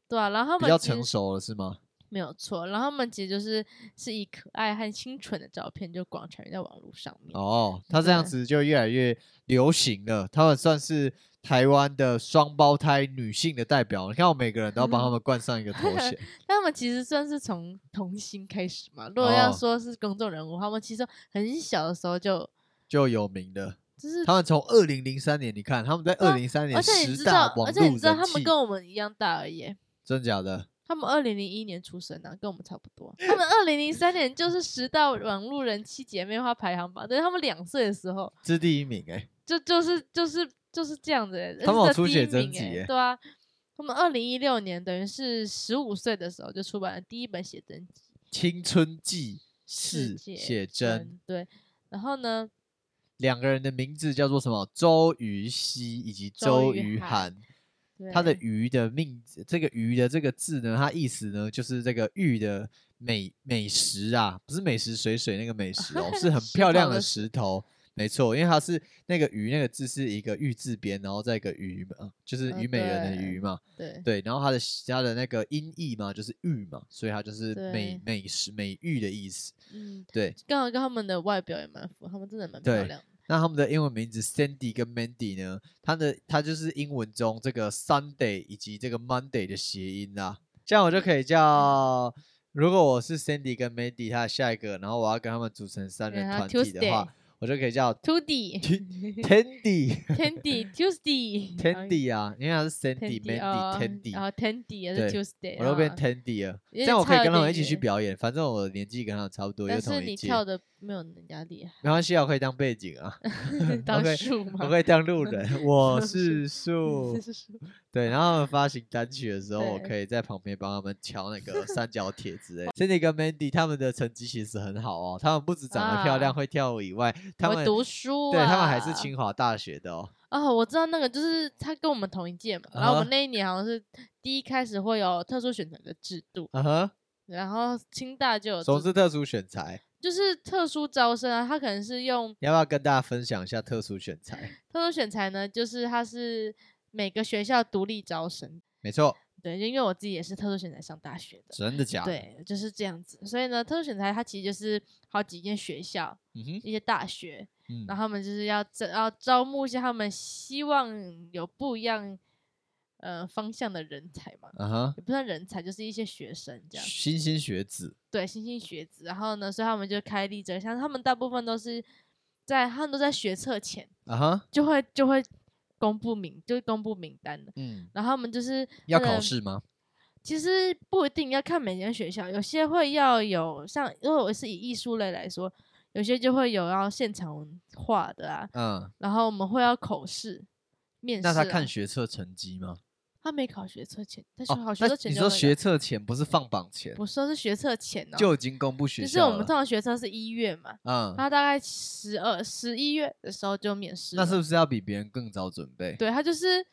Speaker 2: 对啊，然后他们
Speaker 1: 比较
Speaker 2: 其实
Speaker 1: 成熟了是吗？
Speaker 2: 没有错，然后他们其实就是是以可爱和清纯的照片就广传于在网络上面，
Speaker 1: 哦，他这样
Speaker 2: 对
Speaker 1: 子就越来越流行了。他们算是台湾的双胞胎女性的代表。你看，我每个人都要帮他们冠上一个头
Speaker 2: <laughs>
Speaker 1: 衔。
Speaker 2: 但他们其实算是从童星开始嘛，如果要
Speaker 1: 哦
Speaker 2: 说是公众人物，他们其实很小的时候就
Speaker 1: 就有名的。
Speaker 2: 就是
Speaker 1: 他们从二零零三年，你看他们在
Speaker 2: 对啊
Speaker 1: 二零零三年
Speaker 2: 而且你
Speaker 1: 十
Speaker 2: 知
Speaker 1: 大
Speaker 2: 道，
Speaker 1: 网
Speaker 2: 而
Speaker 1: 络
Speaker 2: 且
Speaker 1: 人
Speaker 2: 你知道他们
Speaker 1: 气，
Speaker 2: 跟我们一样大而已耶。
Speaker 1: 真假的？
Speaker 2: 他们二零零一年出生啊，跟我们差不多。他们二零零三年就是十大网络人气姐妹花排行榜，但是他们两岁的时候，
Speaker 1: 这是第一名哎、
Speaker 2: 就就是就是就是这样子、欸。
Speaker 1: 他们有
Speaker 2: 这是
Speaker 1: 出
Speaker 2: 第一
Speaker 1: 写真
Speaker 2: 名
Speaker 1: 集
Speaker 2: 欸
Speaker 1: 耶
Speaker 2: 对啊，他们二零一六年等于是十五岁的时候就出版了第一本写真集
Speaker 1: 青春记
Speaker 2: 世
Speaker 1: 事
Speaker 2: 界
Speaker 1: 写真，
Speaker 2: 对。然后呢，
Speaker 1: 两个人的名字叫做什么？周瑜熙以及周
Speaker 2: 周瑜
Speaker 1: 瑜
Speaker 2: 涵
Speaker 1: 涵。它的
Speaker 2: 对
Speaker 1: “鱼”的命，这个“鱼”的这个字呢，它意思呢就是这个玉的美美食啊，不是美食水水那个美食哦，是很
Speaker 2: <laughs> 石
Speaker 1: 漂
Speaker 2: 头
Speaker 1: 亮
Speaker 2: 的
Speaker 1: 的
Speaker 2: 石
Speaker 1: 石头，没错，因为它是那个“鱼”那个字是一个玉字边，然后再一个鱼嘛，就是
Speaker 2: 嗯
Speaker 1: 虞美人的“
Speaker 2: 对
Speaker 1: 虞”嘛，
Speaker 2: 对
Speaker 1: 对，然后它的它的那个音译嘛就是玉嘛，所以它就是美
Speaker 2: 对
Speaker 1: 美食美玉的意思。
Speaker 2: 嗯，
Speaker 1: 对，
Speaker 2: 刚好跟他们的外表也蛮符合，他们真的蛮漂
Speaker 1: 对
Speaker 2: 亮的。
Speaker 1: 那他们的英文名字 Sandy 跟 Mandy 呢，它的它就是英文中这个 Sunday 以及这个 Monday 的谐音啦、这样我就可以叫，如果我是 Sandy 跟 Mandy 他的下一个，然后我要跟他们组成三人
Speaker 2: 然后
Speaker 1: 团体的
Speaker 2: Tuesday
Speaker 1: 话，我就可以
Speaker 2: <laughs>
Speaker 1: 叫 <laughs>
Speaker 2: Tuesday，Tandy <laughs>
Speaker 1: Tandy
Speaker 2: Tuesday，
Speaker 1: Tandy 啊，因为他是 Sandy Mandy
Speaker 2: Tandy 哦然
Speaker 1: Tandy，
Speaker 2: 后 Tandy 也
Speaker 1: 对
Speaker 2: 是 Tuesday，
Speaker 1: 我都变
Speaker 2: 啊
Speaker 1: Tandy 了，这
Speaker 2: 有点
Speaker 1: 样我可以
Speaker 2: 差有
Speaker 1: 跟他们
Speaker 2: 点
Speaker 1: 一起去
Speaker 2: 远
Speaker 1: 表演，反正我的年纪跟他们差不多，又
Speaker 2: 但
Speaker 1: 同
Speaker 2: 是
Speaker 1: 一
Speaker 2: 你
Speaker 1: 届，
Speaker 2: 跳的没有人家
Speaker 1: <laughs>
Speaker 2: 厉害，
Speaker 1: 没关系啊，我可以当背景啊，
Speaker 2: <laughs> 当
Speaker 1: OK，
Speaker 2: 树吗？
Speaker 1: 我
Speaker 2: <laughs>
Speaker 1: 可以当路人，我
Speaker 2: 当
Speaker 1: 是
Speaker 2: 嗯
Speaker 1: 树
Speaker 2: 这。是树
Speaker 1: 对，然后他们发行单曲的时候，我
Speaker 2: 对
Speaker 1: 可以在旁边帮他们敲那个三角铁之类的。Cindy 跟 Mandy 他们的成绩其实很好哦，他们不止长得漂亮、
Speaker 2: 啊
Speaker 1: 会跳舞以外，他
Speaker 2: 我
Speaker 1: 们
Speaker 2: 读书、啊，
Speaker 1: 对他们还是清华大学的哦。
Speaker 2: 哦，我知道那个就是他跟我们同一届嘛，然后我
Speaker 1: 啊
Speaker 2: 们那一年好像是第一开始会有特殊选材的制度，
Speaker 1: 嗯哼，
Speaker 2: 然后清大就有
Speaker 1: 总
Speaker 2: 这
Speaker 1: 之特殊选材，
Speaker 2: 就是特殊招生啊，他可能是用
Speaker 1: 你要不要跟大家分享一下特殊选材？
Speaker 2: 特殊选材呢，就是他是每个学校独立招生，
Speaker 1: 没错，
Speaker 2: 对，因为我自己也是特殊选材上大学的。
Speaker 1: 真的假的？，
Speaker 2: 对，就是这样子。所以呢，特殊选材它其实就是好几间学校、
Speaker 1: 嗯哼，
Speaker 2: 一些大学，
Speaker 1: 嗯
Speaker 2: 然后他们就是要招要招募一下他们希望有不一样呃方向的人才嘛，
Speaker 1: 嗯哼，
Speaker 2: 也不算人才，就是一些学生这样。
Speaker 1: 新兴学子，
Speaker 2: 对，新兴学子。然后呢，所以他们就开立这个，像他们大部分都是在他们都在学测前
Speaker 1: 啊哈，
Speaker 2: 就会就会公布名，就是公布名单的。
Speaker 1: 嗯，
Speaker 2: 然后他们就是
Speaker 1: 要
Speaker 2: 那
Speaker 1: 考
Speaker 2: 个
Speaker 1: 试吗？
Speaker 2: 其实不一定要看每间学校，有些会要有像，因为我是以艺术类来说，有些就会有要现场画的啊，
Speaker 1: 嗯，
Speaker 2: 然后我们会要口试、面试
Speaker 1: 那他
Speaker 2: 啊。
Speaker 1: 看学测成绩吗？
Speaker 2: 他没考学测前，他学考
Speaker 1: 哦，
Speaker 2: 学
Speaker 1: 那
Speaker 2: 测前
Speaker 1: 你
Speaker 2: 就
Speaker 1: 说
Speaker 2: 会有
Speaker 1: 学，测前不是放榜前
Speaker 2: 我说是学测前哦，
Speaker 1: 就已经公布学
Speaker 2: 就是
Speaker 1: 校
Speaker 2: 我
Speaker 1: 了？
Speaker 2: 们通常学测是一月嘛，
Speaker 1: 嗯，
Speaker 2: 他大概十二、十一月的时候就面试了。
Speaker 1: 那是不是要比别人更早准备？，
Speaker 2: 对他就是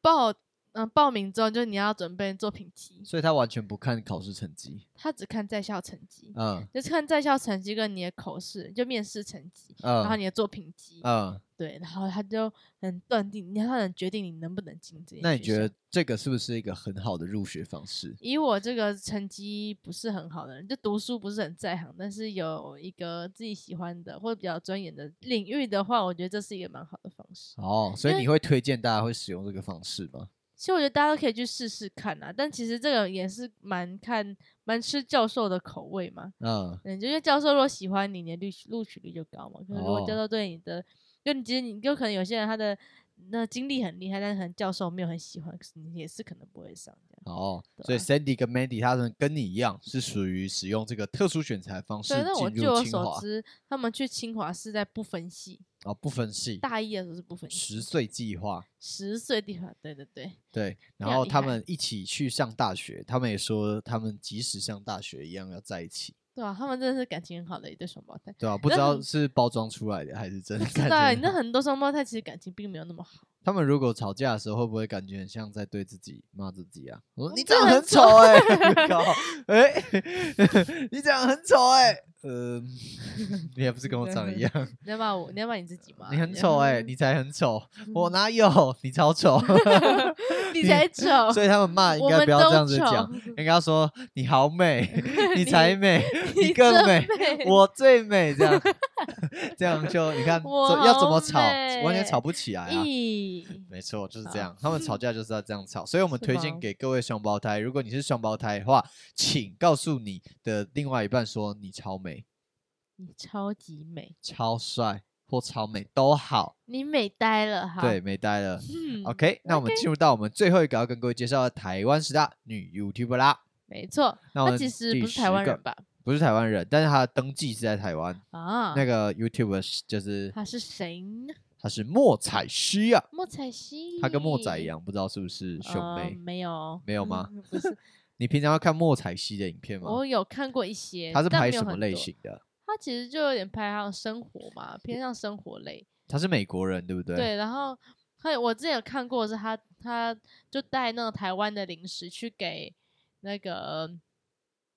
Speaker 2: 报嗯、报名之后，就你要准备作品集，
Speaker 1: 所以他完全不看考试成绩。
Speaker 2: 他只看在校成绩， <laughs>
Speaker 1: 嗯
Speaker 2: 就是看在校成绩跟你的口试，就面试成绩，然后
Speaker 1: 嗯
Speaker 2: 你的作品集，
Speaker 1: 嗯，
Speaker 2: 对，然后他就能断定，他能决定你能不能进这间
Speaker 1: 那你
Speaker 2: 学
Speaker 1: 觉
Speaker 2: 校
Speaker 1: 得这个是不是一个很好的入学方式？
Speaker 2: 以我这个成绩不是很好的人，就读书不是很在行，但是有一个自己喜欢的或者比较钻研的领域的话，我觉得这是一个蛮好的方式。
Speaker 1: 哦，所以
Speaker 2: 因为
Speaker 1: 你会推荐大家会使用这个方式吗？
Speaker 2: 其实我觉得大家都可以去试试看啊，但其实这个也是蛮看蛮吃教授的口味嘛。
Speaker 1: 嗯，
Speaker 2: 嗯，就因为教授如果喜欢你，你的录取录取率就高嘛。可是如果教
Speaker 1: 哦
Speaker 2: 授对你的，就你其实你就可能有些人他的那经历很厉害，但是可能教授没有很喜欢，可是你也是可能不会上这样。
Speaker 1: 哦，所
Speaker 2: 对
Speaker 1: 以
Speaker 2: 啊
Speaker 1: Sandy 跟 Mandy 他们跟你一样，是属于使用这个特殊选材方式
Speaker 2: 对，那我
Speaker 1: 进
Speaker 2: 据我
Speaker 1: 入清
Speaker 2: 所
Speaker 1: 华
Speaker 2: 知，他们去清华是在不分系，
Speaker 1: 哦，不分系，
Speaker 2: 大一的时候是不分
Speaker 1: 十岁计划。
Speaker 2: 十岁地方，对对对，
Speaker 1: 对，然
Speaker 2: 常
Speaker 1: 后
Speaker 2: 厉
Speaker 1: 他
Speaker 2: 害
Speaker 1: 们一起去上大学，他们也说他们即使上大学一样要在一起，
Speaker 2: 对啊，他们真的是感情很好的一对双胞
Speaker 1: <laughs>
Speaker 2: 胎。
Speaker 1: 对啊吧、不知
Speaker 2: 那
Speaker 1: 道
Speaker 2: 很
Speaker 1: 是包装出来的还是真的
Speaker 2: 知
Speaker 1: 感
Speaker 2: 道欸，
Speaker 1: 觉
Speaker 2: 那
Speaker 1: 到。
Speaker 2: 很多双胞胎其实感情并没有那么好。
Speaker 1: <laughs> 他们如果吵架的时候，会不会感觉很像在对自己骂自己啊？我说
Speaker 2: 嗯
Speaker 1: 你
Speaker 2: 这
Speaker 1: 长得
Speaker 2: 很
Speaker 1: 很
Speaker 2: 丑
Speaker 1: 丑哎、欸， <laughs> 靠，哎、 <laughs> 你长得很丑哎、呃， <laughs> 你也不是跟我长得一
Speaker 2: <laughs>
Speaker 1: 样，
Speaker 2: 你要骂我，你要骂你自己吗？
Speaker 1: 你很丑哎、你才很
Speaker 2: <laughs>
Speaker 1: 丑，我哪有？你超丑， <laughs>
Speaker 2: 你才丑，
Speaker 1: 所以他们骂应
Speaker 2: 我
Speaker 1: 该
Speaker 2: 们
Speaker 1: 不要
Speaker 2: 都
Speaker 1: 这样子
Speaker 2: 丑
Speaker 1: 讲，应该要说你好美，
Speaker 2: <laughs>
Speaker 1: 你
Speaker 2: 你
Speaker 1: 才美， <laughs> 你
Speaker 2: 真
Speaker 1: 更美，
Speaker 2: 美
Speaker 1: 我最美，这样
Speaker 2: <laughs>
Speaker 1: 这样就你看
Speaker 2: 我
Speaker 1: 这要怎么
Speaker 2: 好
Speaker 1: 吵，完全
Speaker 2: 美
Speaker 1: 吵不起来啊。
Speaker 2: 咦，
Speaker 1: 没错，就是
Speaker 2: 好
Speaker 1: 这样。他们吵架就是要这样吵，所以我们
Speaker 2: 是
Speaker 1: 推荐
Speaker 2: 吗
Speaker 1: 给各位双胞胎，如果你是双胞胎的话，请告诉你的另外一半说你超美、
Speaker 2: 你超级美，
Speaker 1: 超帅或超美都好。
Speaker 2: 你美呆了哈。
Speaker 1: 对，，没呆了。
Speaker 2: 嗯
Speaker 1: OK，那我们
Speaker 2: OK
Speaker 1: 进入到我们最后一个要跟各位介绍的台湾十大女 YouTuber 啦。
Speaker 2: 没错。
Speaker 1: 那我
Speaker 2: 他
Speaker 1: 们
Speaker 2: 其实
Speaker 1: 第
Speaker 2: 不是台湾
Speaker 1: 十个
Speaker 2: 人吧？
Speaker 1: 不是台湾人，但是她的登记是在台湾。
Speaker 2: 啊，
Speaker 1: 那个 YouTuber 是就是
Speaker 2: 他是谁呢？
Speaker 1: 她是莫彩希啊，
Speaker 2: 莫彩曦，
Speaker 1: 她跟莫仔一样，不知道是不是兄
Speaker 2: 呃
Speaker 1: 妹？
Speaker 2: 没有，
Speaker 1: 没有吗？
Speaker 2: 不是，
Speaker 1: 你平常要看莫彩希的影片吗？
Speaker 2: 我有看过一些，
Speaker 1: 她是
Speaker 2: 但
Speaker 1: 拍
Speaker 2: 没有
Speaker 1: 什么
Speaker 2: 很
Speaker 1: 类
Speaker 2: 多？
Speaker 1: 型的？
Speaker 2: 他其实就有点拍他的生活嘛，偏向生活类。
Speaker 1: 她是美国人，对不对？
Speaker 2: 对，然后还有我之前有看过，是他他就带那个台湾的零食去给那个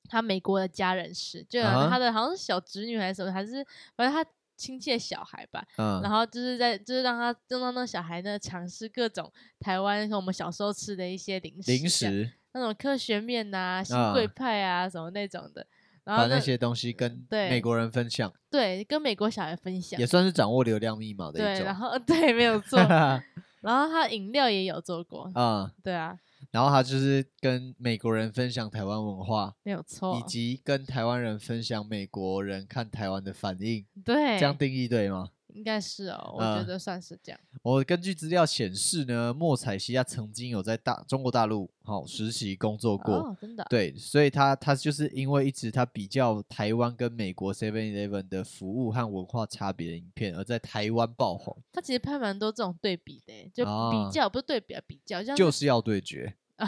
Speaker 2: 他美国的家人吃，就有
Speaker 1: 啊哈
Speaker 2: 他的好像是小侄女还是什么，还是反正他亲戚的小孩吧。
Speaker 1: 嗯，
Speaker 2: 然后就是在就是让他就让那小孩呢尝试各种台湾和我们小时候吃的一些零食，
Speaker 1: 零食
Speaker 2: 那种科学面呐、新
Speaker 1: 啊
Speaker 2: 贵派啊什么那种的，然
Speaker 1: 把
Speaker 2: 后
Speaker 1: 那
Speaker 2: 呢
Speaker 1: 些东西跟
Speaker 2: 对
Speaker 1: 美国人分享，
Speaker 2: 对跟美国小孩分享
Speaker 1: 也，算是掌握流量密码的一
Speaker 2: 对，
Speaker 1: 种 <laughs>
Speaker 2: 然。后 <laughs> 对没有错，
Speaker 1: 啊、
Speaker 2: 然后他饮料也有做过，
Speaker 1: 嗯，
Speaker 2: 对啊，
Speaker 1: 然后她就是跟美国人分享台湾文化，
Speaker 2: 没有错
Speaker 1: 以，及跟台湾人分享美国人看台湾的反应，
Speaker 2: 对
Speaker 1: 这，样定义对吗？
Speaker 2: 应该是哦，我
Speaker 1: 啊
Speaker 2: 觉得算是这样，
Speaker 1: 我根据资料显示呢，莫彩希她曾经有在大中国大陆好、实习工作过，
Speaker 2: 哦，真的啊，
Speaker 1: 对，所以她她就是因为一直她比较台湾跟美国 Seven Eleven 的服务和文化差别的影片，而在台湾爆红，
Speaker 2: 他其实拍蛮多这种对比的欸，就
Speaker 1: 哦
Speaker 2: 比较不是对比啊，比较像
Speaker 1: 就是要对决
Speaker 2: 啊，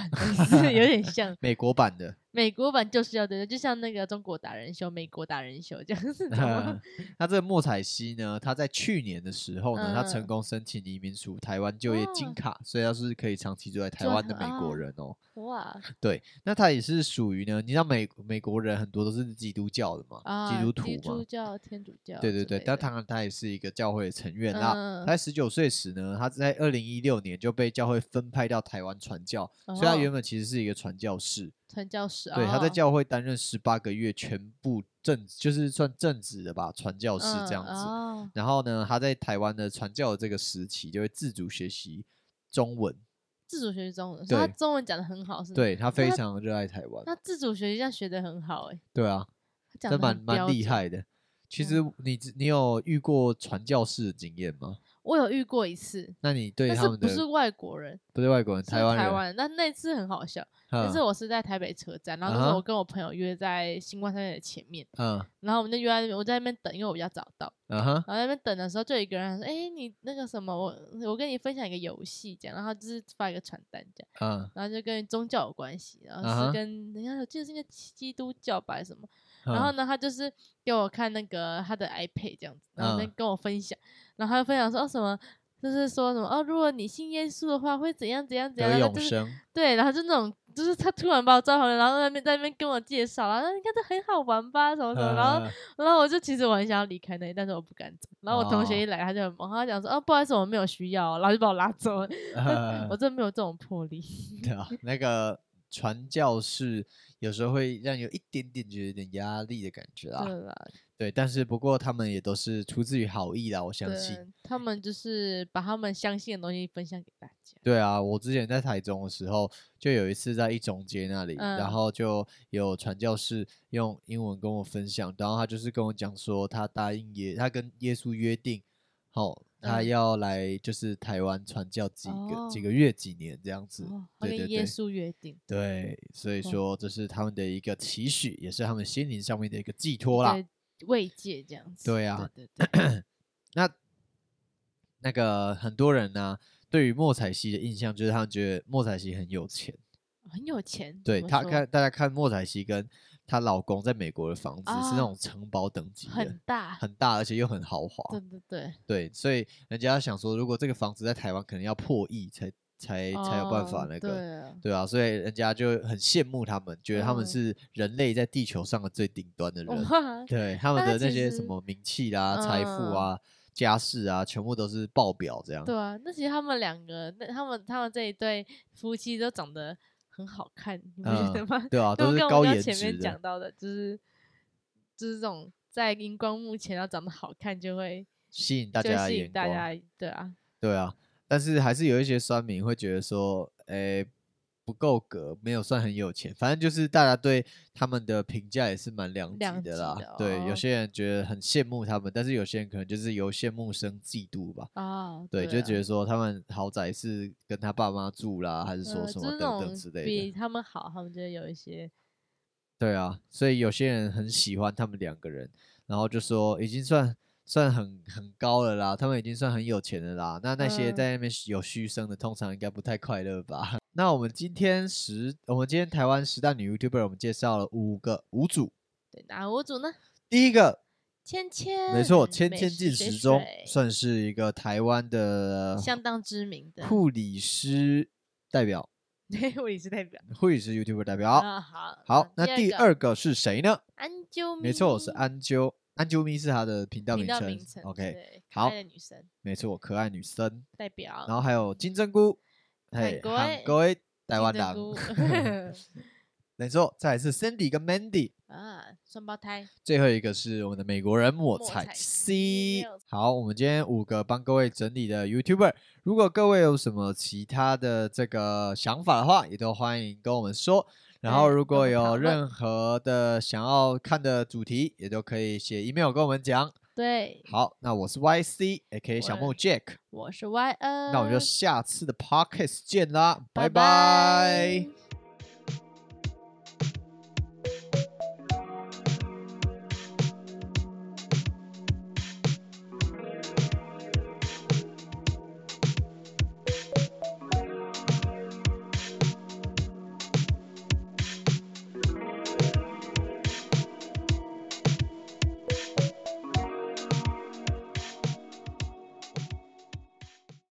Speaker 2: 是有点像
Speaker 1: 美国版的，
Speaker 2: <laughs> 美国版就是要对，就像那个中国达人秀、美国达人秀这样
Speaker 1: <laughs>
Speaker 2: 子的。
Speaker 1: 那这个莫彩希呢，她在去年的时候呢，她成
Speaker 2: 嗯
Speaker 1: 功申请移民署台湾就业金
Speaker 2: 哦
Speaker 1: 卡，所以她是可以长期住在台
Speaker 2: 住在
Speaker 1: 湾
Speaker 2: 台
Speaker 1: 的美国
Speaker 2: 啊
Speaker 1: 人哦。
Speaker 2: 哇，
Speaker 1: 对，那她也是属于呢，你知道美美国人很多都是基督教的嘛，
Speaker 2: 啊，
Speaker 1: 基督
Speaker 2: 基
Speaker 1: 徒嘛
Speaker 2: 督。教、天主啊教之
Speaker 1: 对
Speaker 2: 类的，
Speaker 1: 对对，但当然她也是一个教会的成员啦。她
Speaker 2: 嗯
Speaker 1: 在十九岁时呢，她在二零一六年就被教会分派到台湾传教，所以她
Speaker 2: 哦
Speaker 1: 原本其实是一个传教士。
Speaker 2: 传教士，
Speaker 1: 对，他在
Speaker 2: 哦
Speaker 1: 教会担任十八个月，全部正就是算正职的吧，传教士这样子。
Speaker 2: 嗯哦
Speaker 1: 然后呢，他在台湾的传教的这个时期，就会自主学习中文。
Speaker 2: 自主学习中文，所以他
Speaker 1: 对
Speaker 2: 中文讲的很好，是吗？
Speaker 1: 对他非
Speaker 2: 嗯他
Speaker 1: 常热爱台湾，
Speaker 2: 那自主学习这样学的很好，哎，
Speaker 1: 对啊，
Speaker 2: 他讲
Speaker 1: 这
Speaker 2: 的嗯
Speaker 1: 蛮蛮厉。害的。其实你知你有遇过传教士的经验吗？
Speaker 2: 我有遇过一次，
Speaker 1: 那你对
Speaker 2: 但
Speaker 1: 他
Speaker 2: 是
Speaker 1: 们
Speaker 2: 不
Speaker 1: 的
Speaker 2: 是外国人，
Speaker 1: 不是外国人，
Speaker 2: 是
Speaker 1: 台湾人，
Speaker 2: 台湾人。那那次很好笑，那
Speaker 1: 嗯
Speaker 2: 次我是在台北车站，然后
Speaker 1: 啊
Speaker 2: 那时
Speaker 1: 哈
Speaker 2: 候我跟我朋友约在星光三月的前面，
Speaker 1: 嗯
Speaker 2: 然后我们就约在那边我在那边等，因为我比较早到。
Speaker 1: 嗯哼，
Speaker 2: 然后在那边等的时候，就有一个人说：“哎、你那个什么，我我跟你分享一个游戏，这样。”然后就是发一个传单这样，
Speaker 1: 嗯
Speaker 2: 然后就跟宗教有关系，然
Speaker 1: 啊
Speaker 2: 后
Speaker 1: 哈
Speaker 2: 是跟人家我记得是应该基督教吧还是什么。
Speaker 1: 嗯，
Speaker 2: 然后呢，他就是给我看那个他的 iPad 这样子，然
Speaker 1: 嗯
Speaker 2: 后跟跟我分享，然后他就分享说、哦、什么。就是说什么哦，如果你信耶稣的话，会怎样怎样怎样，
Speaker 1: 有
Speaker 2: 然后
Speaker 1: 永
Speaker 2: 就是
Speaker 1: 生，
Speaker 2: 对，然后就那种，就是他突然把我抓回来，然后在那边在那边跟我介绍，然后你看这很好玩吧，什么什么，然后
Speaker 1: 嗯
Speaker 2: 然后我就其实我很想要离开那里，但是我不敢走。然后我同
Speaker 1: 哦
Speaker 2: 学一来，他就很忙，他讲说：“哦，不好意思，我没有需要哦。”然后就把我拉走了。
Speaker 1: 嗯
Speaker 2: <laughs> 我真的没有这种魄力。
Speaker 1: 对啊，那个传教士有时候会让有一点点觉得有点压力的感觉
Speaker 2: 对
Speaker 1: 啊。
Speaker 2: 啦，
Speaker 1: 对，但是不过他们也都是出自于好意啦，我相信。
Speaker 2: 对，他们就是把他们相信的东西分享给大家。
Speaker 1: 对啊，我之前在台中的时候，就有一次在一中街那里，然
Speaker 2: 嗯
Speaker 1: 后就有传教士用英文跟我分享，然后他就是跟我讲说，他答应耶，他跟耶稣约定，好、他
Speaker 2: 嗯
Speaker 1: 要来就是台湾传教几个、几
Speaker 2: 哦
Speaker 1: 个月几年这样子，
Speaker 2: 哦，他
Speaker 1: 对
Speaker 2: 跟
Speaker 1: 对
Speaker 2: 耶
Speaker 1: 对，
Speaker 2: 稣约定，
Speaker 1: 对，所以
Speaker 2: 哦
Speaker 1: 说这是他们的一个期许，也是他们心灵上面的一个寄托啦。
Speaker 2: 对慰藉这样子。
Speaker 1: 对啊
Speaker 2: 对对对
Speaker 1: 那那个很多人呢、对于莫彩曦的印象就是他们觉得莫彩曦很有钱。
Speaker 2: 很有钱。
Speaker 1: 对
Speaker 2: 怎么
Speaker 1: 他
Speaker 2: 说
Speaker 1: 看大家看莫彩曦跟她老公在美国的房子、是那
Speaker 2: 啊
Speaker 1: 种城堡等级的，
Speaker 2: 很大，
Speaker 1: 很大，而且又很豪华
Speaker 2: 对。对对，
Speaker 1: 对，所以人家想说，如果这个房子在台湾，可能要破亿才才哎才有办法
Speaker 2: 哦
Speaker 1: 那个。
Speaker 2: 对啊，
Speaker 1: 对啊，所以人家就很羡慕他们，觉得他们
Speaker 2: 嗯
Speaker 1: 是人类在地球上的最顶端的人。
Speaker 2: 哇，
Speaker 1: 对他们
Speaker 2: 那
Speaker 1: 的
Speaker 2: 其
Speaker 1: 那些什
Speaker 2: 实
Speaker 1: 么名气啦、财富
Speaker 2: 嗯
Speaker 1: 啊、家世啊，全部都是爆表这样。
Speaker 2: 对啊，那其实他们两个，那他们他们这一对夫妻都长得很好看，你不觉得
Speaker 1: 嗯 <laughs>
Speaker 2: 吗？
Speaker 1: 对啊，
Speaker 2: 就
Speaker 1: 都是
Speaker 2: 跟我
Speaker 1: 高
Speaker 2: 们刚
Speaker 1: 颜
Speaker 2: 前
Speaker 1: 值
Speaker 2: 面讲
Speaker 1: 的。
Speaker 2: 到的，就是就是这种在荧光幕前要长得好看，就会
Speaker 1: 吸引大
Speaker 2: 就
Speaker 1: 家的
Speaker 2: 吸
Speaker 1: 眼
Speaker 2: 引大
Speaker 1: 光，
Speaker 2: 家，对啊，
Speaker 1: 对啊，但是还是有一些酸民会觉得说，诶、不够格，没有算很有钱，反正就是大家对他们的评价也是蛮两
Speaker 2: 两
Speaker 1: 极的
Speaker 2: 极
Speaker 1: 啦。
Speaker 2: 的
Speaker 1: 对，有
Speaker 2: 哦
Speaker 1: 些人觉得很羡慕他们，但是有些人可能就是由羡慕生嫉妒吧。
Speaker 2: 啊，
Speaker 1: 对，就
Speaker 2: 啊
Speaker 1: 觉得说他们豪宅是跟他爸妈住啦，还是说
Speaker 2: 呃
Speaker 1: 什
Speaker 2: 就
Speaker 1: 么
Speaker 2: 是那
Speaker 1: 等等
Speaker 2: 种
Speaker 1: 之类的。
Speaker 2: 比他们好，他们就会有一些
Speaker 1: 对啊，所以有些人很喜欢他们两个人，然后就说已经算算很很高了啦，他们已经算很有钱了啦。那那些
Speaker 2: 嗯
Speaker 1: 在那边有嘘声的，通常应该不太快乐吧？ <laughs> 那我们今天十，我们今天台湾十大女 YouTuber，我们介绍了五个五组，
Speaker 2: 对哪五组呢？
Speaker 1: 第一个
Speaker 2: 芊芊，
Speaker 1: 没错，
Speaker 2: 千
Speaker 1: 千千进时钟算是一个台湾的
Speaker 2: 相当知名的，
Speaker 1: 护理师代表，
Speaker 2: 对，我也是代表。
Speaker 1: 护理师 YouTuber 代表。
Speaker 2: 啊，好，
Speaker 1: 好，那第
Speaker 2: 个
Speaker 1: 二个是谁呢？
Speaker 2: 安啾咪，
Speaker 1: 没错，是安啾，安啾咪是她的频道
Speaker 2: 频
Speaker 1: 名
Speaker 2: 道
Speaker 1: 称。
Speaker 2: 名称
Speaker 1: OK，
Speaker 2: 对可
Speaker 1: 好
Speaker 2: 爱的女生
Speaker 1: 没错，可爱女生。
Speaker 2: 代表，
Speaker 1: 然后还有金针菇，
Speaker 2: 韩
Speaker 1: 嘿，
Speaker 2: 国
Speaker 1: 韩
Speaker 2: 的
Speaker 1: 国的台
Speaker 2: 金
Speaker 1: 湾
Speaker 2: 针
Speaker 1: 人。
Speaker 2: <laughs> 菇
Speaker 1: 没错，再来是 Cindy 跟 Mandy，
Speaker 2: 啊，双胞胎，
Speaker 1: 最后一个是我们的美国人莫
Speaker 2: 莫
Speaker 1: 彩
Speaker 2: 彩
Speaker 1: 希
Speaker 2: 希没有。
Speaker 1: 好，我们今天五个帮各位整理的 YouTuber，如果各位有什么其他的这个想法的话，也都欢迎跟我们说。然后
Speaker 2: 对
Speaker 1: 如果
Speaker 2: 跟我们
Speaker 1: 有
Speaker 2: 讨论
Speaker 1: 任何的想要看的主题，也都可以写 email 跟我们讲。
Speaker 2: 对，
Speaker 1: 好，那我是 YC，也可以小
Speaker 2: 我
Speaker 1: 木 Jack，
Speaker 2: 我是 Y N，
Speaker 1: 那我们就下次的 Podcast 嗯见啦，拜
Speaker 2: 拜
Speaker 1: 拜。
Speaker 2: 拜